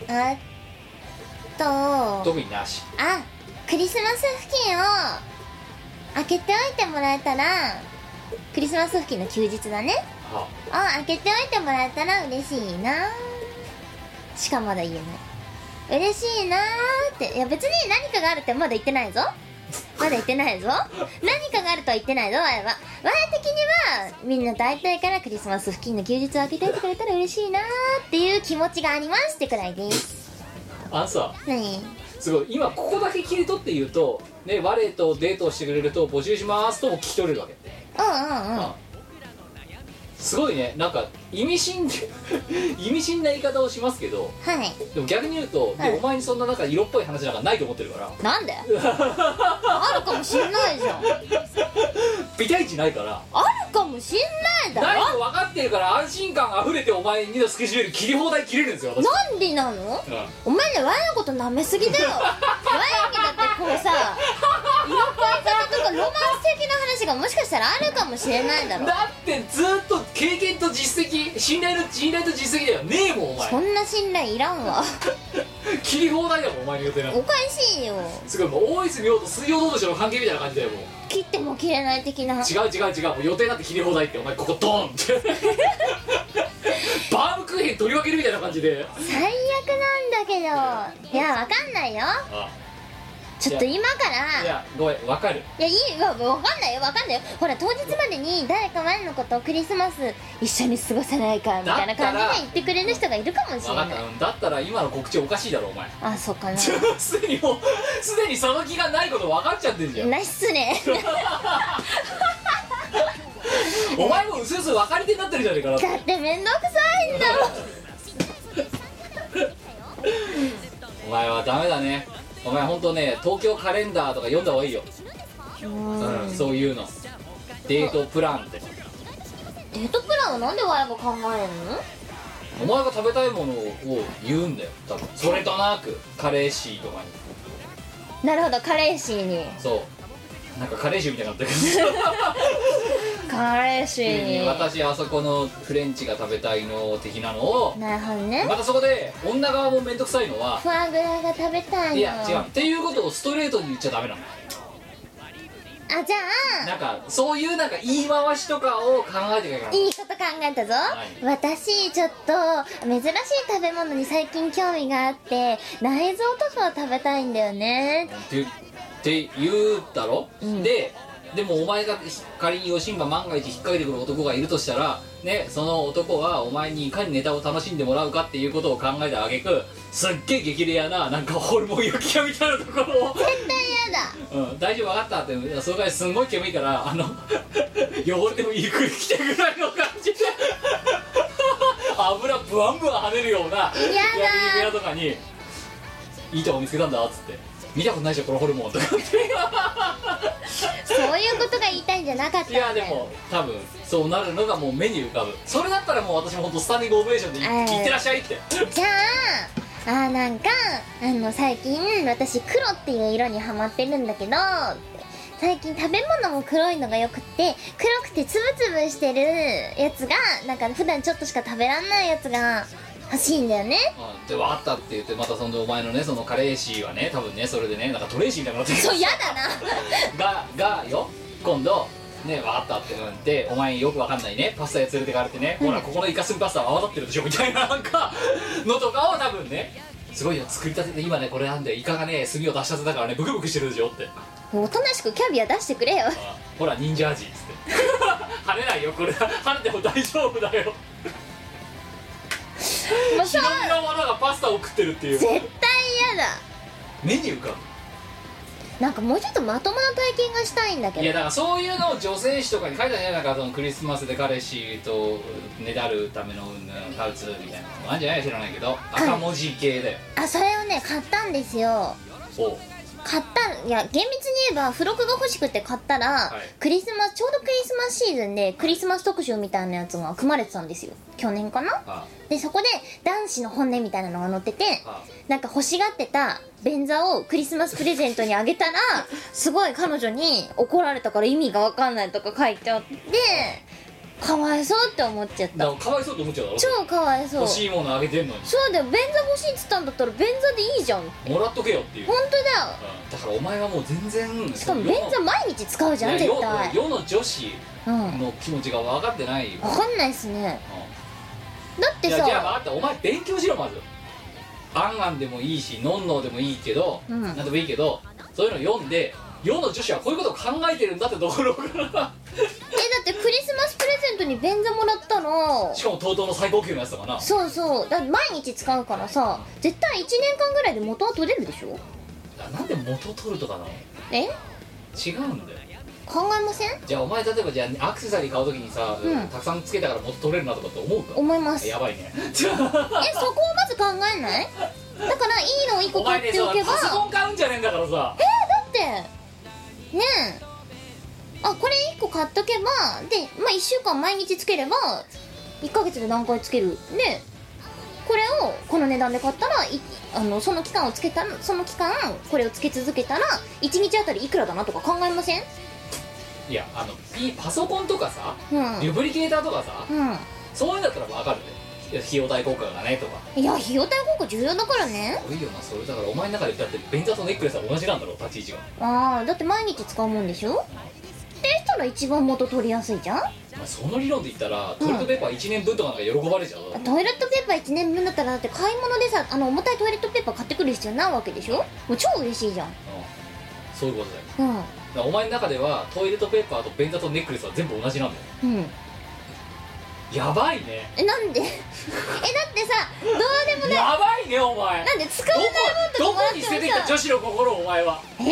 [SPEAKER 3] あと
[SPEAKER 2] 特になし。
[SPEAKER 3] あクリスマス付近を開けておいてもらえたらクリスマス付近の休日だね
[SPEAKER 2] は
[SPEAKER 3] を開けておいてもらえたら嬉しいなしかまだ言えない嬉しいなーっていや別に何かがあるってまだ言ってないぞまだ言ってないぞ何かがあるとは言ってないぞわやはわや的にはみんな大体からクリスマス付近の休日を開けておいてくれたら嬉しいなーっていう気持ちがありますってくらいです
[SPEAKER 2] あのさ、
[SPEAKER 3] 何
[SPEAKER 2] すごい、今ここだけ切り取って言うと、ね、我とデートをしてくれると募集しますとも聞き取れるわけ。
[SPEAKER 3] うんうんうん
[SPEAKER 2] あすごいね、なんか、意味深で、 意味深な言い方をしますけど、
[SPEAKER 3] はい
[SPEAKER 2] でも逆に言うと、で
[SPEAKER 3] はい
[SPEAKER 2] お前にそんななんか色っぽい話なんかないと思ってるから、
[SPEAKER 3] なんであるかもしんないじゃん
[SPEAKER 2] ビタイチないから、
[SPEAKER 3] あるかもしんないだ
[SPEAKER 2] ない
[SPEAKER 3] ろ
[SPEAKER 2] と分かってるから安心感あふれてお前にのスケジュール切り放題切れるんですよ私
[SPEAKER 3] なんでなの
[SPEAKER 2] うん
[SPEAKER 3] お前ねワイのこと舐めすぎだよワイにだってこうさ色っぽい方とかロマンス的な話がもしかしたらあるかもしれないだろ
[SPEAKER 2] だってずっと経験と実績信頼の信頼と実績だよねえもんお
[SPEAKER 3] そ
[SPEAKER 2] 前
[SPEAKER 3] んな信頼いらんわ
[SPEAKER 2] 切り放題だもんお前の予定なんて
[SPEAKER 3] おかしいよ
[SPEAKER 2] すごいもう大泉洋と水曜どうでしょうの関係みたいな感じだよもう
[SPEAKER 3] 切っても切れない的な
[SPEAKER 2] 違う違う違うもう予定なんて切り放題ってお前ここドンって バームクーヘン取り分けるみたいな感じで
[SPEAKER 3] 最悪なんだけどいやわかんないよ
[SPEAKER 2] あ
[SPEAKER 3] ちょっと今から
[SPEAKER 2] いやごめんわかる
[SPEAKER 3] いやいいわわかんないよわかんないよほら当日までに誰か前のことをクリスマス一緒に過ごせないかみたいな感
[SPEAKER 2] だったら
[SPEAKER 3] じで言ってくれる人がいるかもし
[SPEAKER 2] 分
[SPEAKER 3] れ
[SPEAKER 2] か
[SPEAKER 3] な
[SPEAKER 2] っ
[SPEAKER 3] い
[SPEAKER 2] たうんだったら今の告知おかしいだろお前
[SPEAKER 3] あそうかな
[SPEAKER 2] すでにもうすでにその気がないこと分かっちゃってるじゃん
[SPEAKER 3] ナイスね
[SPEAKER 2] お前もうすうす分かり手になってるじゃねえかな
[SPEAKER 3] だってめんどくさいんだもん
[SPEAKER 2] お前はダメだねお前本当ね東京カレンダーとか読んだ方がいいよ、うんそういうのデートプランって
[SPEAKER 3] デートプランをなんでわやが考えるの
[SPEAKER 2] お前が食べたいものを言うんだよ多分それとなくカレーシーとかに
[SPEAKER 3] なるほどカレーシーに
[SPEAKER 2] そうなんかカレー臭みたいになってるけど
[SPEAKER 3] カレーシ
[SPEAKER 2] 急に
[SPEAKER 3] ー
[SPEAKER 2] 私あそこのフレンチが食べたいの的なのを
[SPEAKER 3] になるほどね
[SPEAKER 2] またそこで女側も面倒くさいのは
[SPEAKER 3] フォアグラが食べたいの
[SPEAKER 2] いや違うっていうことをストレートに言っちゃダメなの
[SPEAKER 3] あじゃあ
[SPEAKER 2] なんかそういうなんか言い回しとかを考えてくれないか
[SPEAKER 3] いいこと考えたぞ、
[SPEAKER 2] はい
[SPEAKER 3] 私ちょっと珍しい食べ物に最近興味があって内臓とかを食べたいんだよね
[SPEAKER 2] なってって言うだろ、
[SPEAKER 3] うん
[SPEAKER 2] ででもお前が仮にヨシンが万が一引っ掛けてくる男がいるとしたらねその男はお前にいかにネタを楽しんでもらうかっていうことを考えたあげくすっげえ激レアななんかホルモン焼き屋みたいなところを
[SPEAKER 3] やだ
[SPEAKER 2] うん、大丈夫分かったっていやそれからいすんごい煙いからあの 汚れてもゆっくり来てぐらいの感じで 油ブワンブワン跳ねるようなや
[SPEAKER 3] だ
[SPEAKER 2] り部屋とかに「いいとこ見つけたんだ」っつって「見たことないでしょこのホルモン」とかっ
[SPEAKER 3] そういうことが言いたいんじゃなかったん
[SPEAKER 2] て
[SPEAKER 3] だ
[SPEAKER 2] い
[SPEAKER 3] よ
[SPEAKER 2] やでも多分そうなるのがもう目に浮かぶそれだったらもう私も本当スタンディングオベーションでい「
[SPEAKER 3] はい
[SPEAKER 2] いってらっしゃい」って
[SPEAKER 3] じゃああーなんかあの最近私黒っていう色にハマってるんだけど最近食べ物も黒いのがよくって黒くてつぶつぶしてるやつがなんか普段ちょっとしか食べらんないやつが欲しいんだよね
[SPEAKER 2] うんで「分かった」って言ってまたそんでお前のねそのカレーシーはね多分ねそれでねなんかトレーシーみたいになってる
[SPEAKER 3] そうやだな
[SPEAKER 2] ががよ今度ね分かったってなってお前よくわかんないねパスタ屋連れてかれてね、ほらここのイカスミパスタは泡立ってるでしょみたいななんか のとかを多分ねすごいよ作りたてで今ねこれなんでイカがね炭を出したてだからねブクブクしてるでしょって
[SPEAKER 3] おとなしくキャビア出してくれよ
[SPEAKER 2] あほら忍者味っつって 跳ねないよこれ跳ねても大丈夫だよ
[SPEAKER 3] もうそう
[SPEAKER 2] 白身のものがパスタを食ってるっていう
[SPEAKER 3] 絶対嫌だ
[SPEAKER 2] メニューか
[SPEAKER 3] なんかもうちょっとまともな体験がしたいんだけ
[SPEAKER 2] いや
[SPEAKER 3] ど
[SPEAKER 2] だからそういうのを女性誌とかに書いてあるじゃないなんかそのクリスマスで彼氏とねだるためのうんぬんハウツーみたいなのあんじゃない知らないけど赤文字系だよ
[SPEAKER 3] あそれをね買ったんですよ
[SPEAKER 2] おう
[SPEAKER 3] 買ったいや厳密に言えば付録が欲しくて買ったら、
[SPEAKER 2] はい
[SPEAKER 3] クリスマスちょうどクリスマスシーズンでクリスマス特集みたいなやつが組まれてたんですよ去年かな
[SPEAKER 2] あ
[SPEAKER 3] でそこで男子の本音みたいなのが載ってて
[SPEAKER 2] あ
[SPEAKER 3] なんか欲しがってた便座をクリスマスプレゼントにあげたらすごい彼女に怒られたから意味がわかんないとか書いてあってかわいそうって思っちゃった
[SPEAKER 2] だからかわいそうと思っちゃうだろ
[SPEAKER 3] 超かわいそう
[SPEAKER 2] 欲しいものあげてんのに
[SPEAKER 3] そうだよ便座欲しいっつったんだったら便座でいいじゃん
[SPEAKER 2] もらっとけよっていう、うん
[SPEAKER 3] 本当だよ
[SPEAKER 2] だからお前はもう全然
[SPEAKER 3] しかも便座毎日使うじゃん
[SPEAKER 2] いや
[SPEAKER 3] 絶対
[SPEAKER 2] 世の世の女子
[SPEAKER 3] うん
[SPEAKER 2] の気持ちが分かってないよ、
[SPEAKER 3] わかんないっすね
[SPEAKER 2] うん
[SPEAKER 3] だって
[SPEAKER 2] いやじゃあ分
[SPEAKER 3] さ
[SPEAKER 2] かったお前勉強しろまずアンアンでもいいしノンノーでもいいけど、
[SPEAKER 3] うん
[SPEAKER 2] なんでもいいけどそういうの読んで世の女子はこういうことを考えてるんだってところ から
[SPEAKER 3] えだってクリスマスプレゼントに便座もらったの
[SPEAKER 2] しかも TOTO の最高級のやつだからな
[SPEAKER 3] そうそうだって毎日使うからさ絶対1年間ぐらいで元は取れるでしょ
[SPEAKER 2] なんで元取るとかなの
[SPEAKER 3] え
[SPEAKER 2] 違うんだよ
[SPEAKER 3] 考えません
[SPEAKER 2] じゃあお前例えばじゃあアクセサリー買うときにさ、
[SPEAKER 3] うん
[SPEAKER 2] たくさんつけたから元取れるなとかって思うか
[SPEAKER 3] 思いますえ
[SPEAKER 2] やば いね
[SPEAKER 3] そこをまず考えないだからいいのを1個
[SPEAKER 2] お前
[SPEAKER 3] 買っ
[SPEAKER 2] ね
[SPEAKER 3] て
[SPEAKER 2] そ
[SPEAKER 3] お
[SPEAKER 2] う
[SPEAKER 3] けば
[SPEAKER 2] パソコン買うんじゃねえんだからさ
[SPEAKER 3] ってねえあこれ1個買っとけばで、まあ、1週間毎日つければ1ヶ月で何回つけるねこれをこの値段で買ったらいあのその期間をつけたらその期間これをつけ続けたら1日あたりいくらだなとか考えません
[SPEAKER 2] いやあのピパソコンとかさ
[SPEAKER 3] うん
[SPEAKER 2] リブリケーターとかさ
[SPEAKER 3] う
[SPEAKER 2] そういうんだったら分かるんだよいや費用対効果がねとか
[SPEAKER 3] んいや費用対効果重要だからね
[SPEAKER 2] すごいよなそれだからお前の中でだって便座とネックレスは同じなんだろ立ち位置が、
[SPEAKER 3] ああだって毎日使うもんでしょでしたら一番元取りやすいじゃん
[SPEAKER 2] まあ、その理論で言ったらトイレットペーパー1年分とかなんか喜ばれちゃう、
[SPEAKER 3] トイレットペーパー1年分だったらだって買い物でさあの重たいトイレットペーパー買ってくる必要ないわけでしょもう超嬉しいじゃん
[SPEAKER 2] うんそういうことだよ
[SPEAKER 3] う
[SPEAKER 2] だからお前の中ではトイレットペーパーと便座とネックレスは全部同じなんだよ
[SPEAKER 3] んうん
[SPEAKER 2] やばいね
[SPEAKER 3] えなんで えだってさどうでもない
[SPEAKER 2] やばいねお前
[SPEAKER 3] なんで使わないもんとか
[SPEAKER 2] どこ
[SPEAKER 3] もらって
[SPEAKER 2] どこに
[SPEAKER 3] も
[SPEAKER 2] 捨
[SPEAKER 3] さ
[SPEAKER 2] ててきた女子の心をお前は、
[SPEAKER 3] え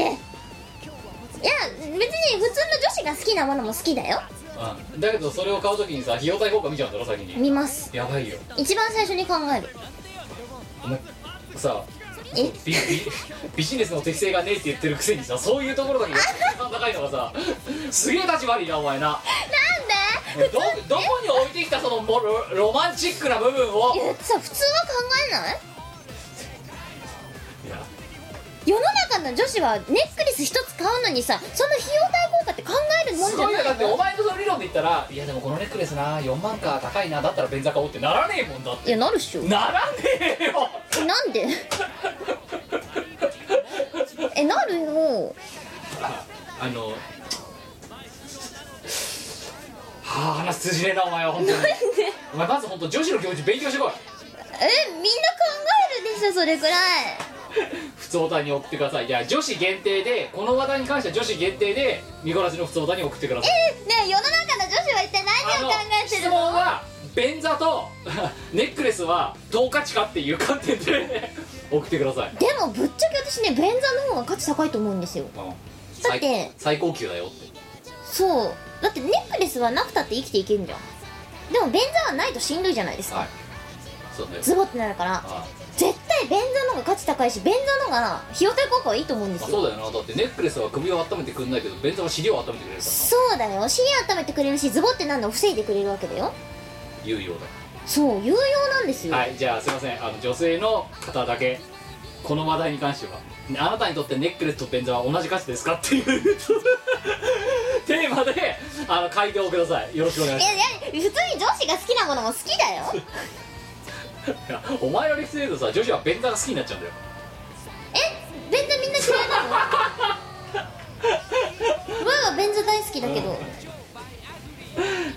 [SPEAKER 3] いや別に普通の女子が好きなものも好きだよ
[SPEAKER 2] うん、だけどそれを買うときにさ費用対効果見ちゃうんだろ先に
[SPEAKER 3] 見ます
[SPEAKER 2] やばいよ
[SPEAKER 3] 一番最初に考える
[SPEAKER 2] お前さ
[SPEAKER 3] え
[SPEAKER 2] ビビビジネスの適性がねえって言ってるくせにさそういうところだけが高いのがさすげえ立ち悪いなお前な
[SPEAKER 3] なんで
[SPEAKER 2] どどこに置いてきたそのもロロマンチックな部分を
[SPEAKER 3] いやだってさ普通は考えない
[SPEAKER 2] いや
[SPEAKER 3] 世の中の女子はネックレス一つ買うのにさその費用対効果って考えるもん
[SPEAKER 2] す
[SPEAKER 3] じゃ
[SPEAKER 2] ごい
[SPEAKER 3] な
[SPEAKER 2] よ
[SPEAKER 3] い
[SPEAKER 2] だってお
[SPEAKER 3] の
[SPEAKER 2] 前のその理論で言ったらいやでもこのネックレスな4万か高いなだったら便座買おうってならねえもんだっ
[SPEAKER 3] い
[SPEAKER 2] て
[SPEAKER 3] やなるっしょ
[SPEAKER 2] ならねえよ
[SPEAKER 3] えなんでえなるよ
[SPEAKER 2] あの通じねえなお前は本当にお前まず本当女子の気持ち勉強してこい
[SPEAKER 3] えみんな考えるでしょそれくらい
[SPEAKER 2] 普通歌に送ってくださいいや女子限定でこの話題に関しては女子限定で見殺しの普通歌に送ってください
[SPEAKER 3] ねえ世の中の女子は一体何を考えて
[SPEAKER 2] 質
[SPEAKER 3] る
[SPEAKER 2] 問
[SPEAKER 3] の
[SPEAKER 2] は便座と ネックレスは10日値かっていう観点で 送ってください
[SPEAKER 3] でもぶっちゃけ私ね便座の方が価値高いと思うんですよだっ
[SPEAKER 2] 最
[SPEAKER 3] て
[SPEAKER 2] 最高級だよって
[SPEAKER 3] そうだってネックレスはなくたって生きていけるんじゃんでも便座はないとしんどいじゃないですか、
[SPEAKER 2] はいそうだよ
[SPEAKER 3] ズボってなるから
[SPEAKER 2] あ
[SPEAKER 3] 絶対便座の方が価値高いし便座の方が費用対効果はいいと思うんで
[SPEAKER 2] あ
[SPEAKER 3] す
[SPEAKER 2] そ
[SPEAKER 3] よ
[SPEAKER 2] うだよなだってネックレスは首を温めてくんないけど便座は尻を温めてくれるからな
[SPEAKER 3] そうだよお尻温めてくれるしズボってなるのを防いでくれるわけだよ
[SPEAKER 2] 有用
[SPEAKER 3] そう有用なんですよ、
[SPEAKER 2] だはいじゃあすいませんあの女性の方だけこの話題に関してはあなたにとってネックレスと便座は同じ価値ですかっていう テーマであの回答をくださいよろしくお願いし
[SPEAKER 3] い
[SPEAKER 2] ます
[SPEAKER 3] やいや普通に女子が好きなものも好きだよ
[SPEAKER 2] いや お前の理屈で言うとさ女子は便座が好きになっちゃうんだよ
[SPEAKER 3] え便座みんな嫌いなのわは便座大好きだけど、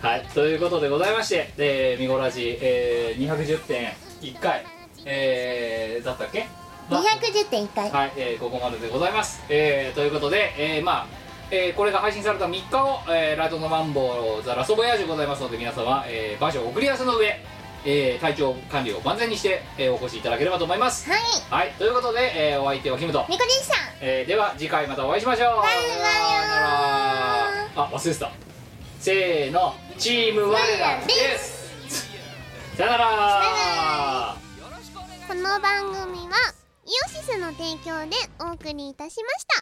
[SPEAKER 2] はいということでございましてえー、ミゴラジ、えー、210.1回えー、だったっけ
[SPEAKER 3] 210.1回
[SPEAKER 2] はい、えー、ここまででございます、えー、ということで、えー、まあ、えー、これが配信された3日後、えー、ライトのマンボウザラストボヤージュございますので皆様、えー、場所を送り合わせの上、えー、体調管理を万全にして、えー、お越しいただければと思います
[SPEAKER 3] はい
[SPEAKER 2] はいということで、えー、お相手はキムと
[SPEAKER 3] みこりんさん
[SPEAKER 2] えーでは次回またお会いしましょう
[SPEAKER 3] バイ
[SPEAKER 2] さよならあ忘れてたせーのチーム我らですさよなら
[SPEAKER 6] この番組はイオシスの提供でお送りいたしました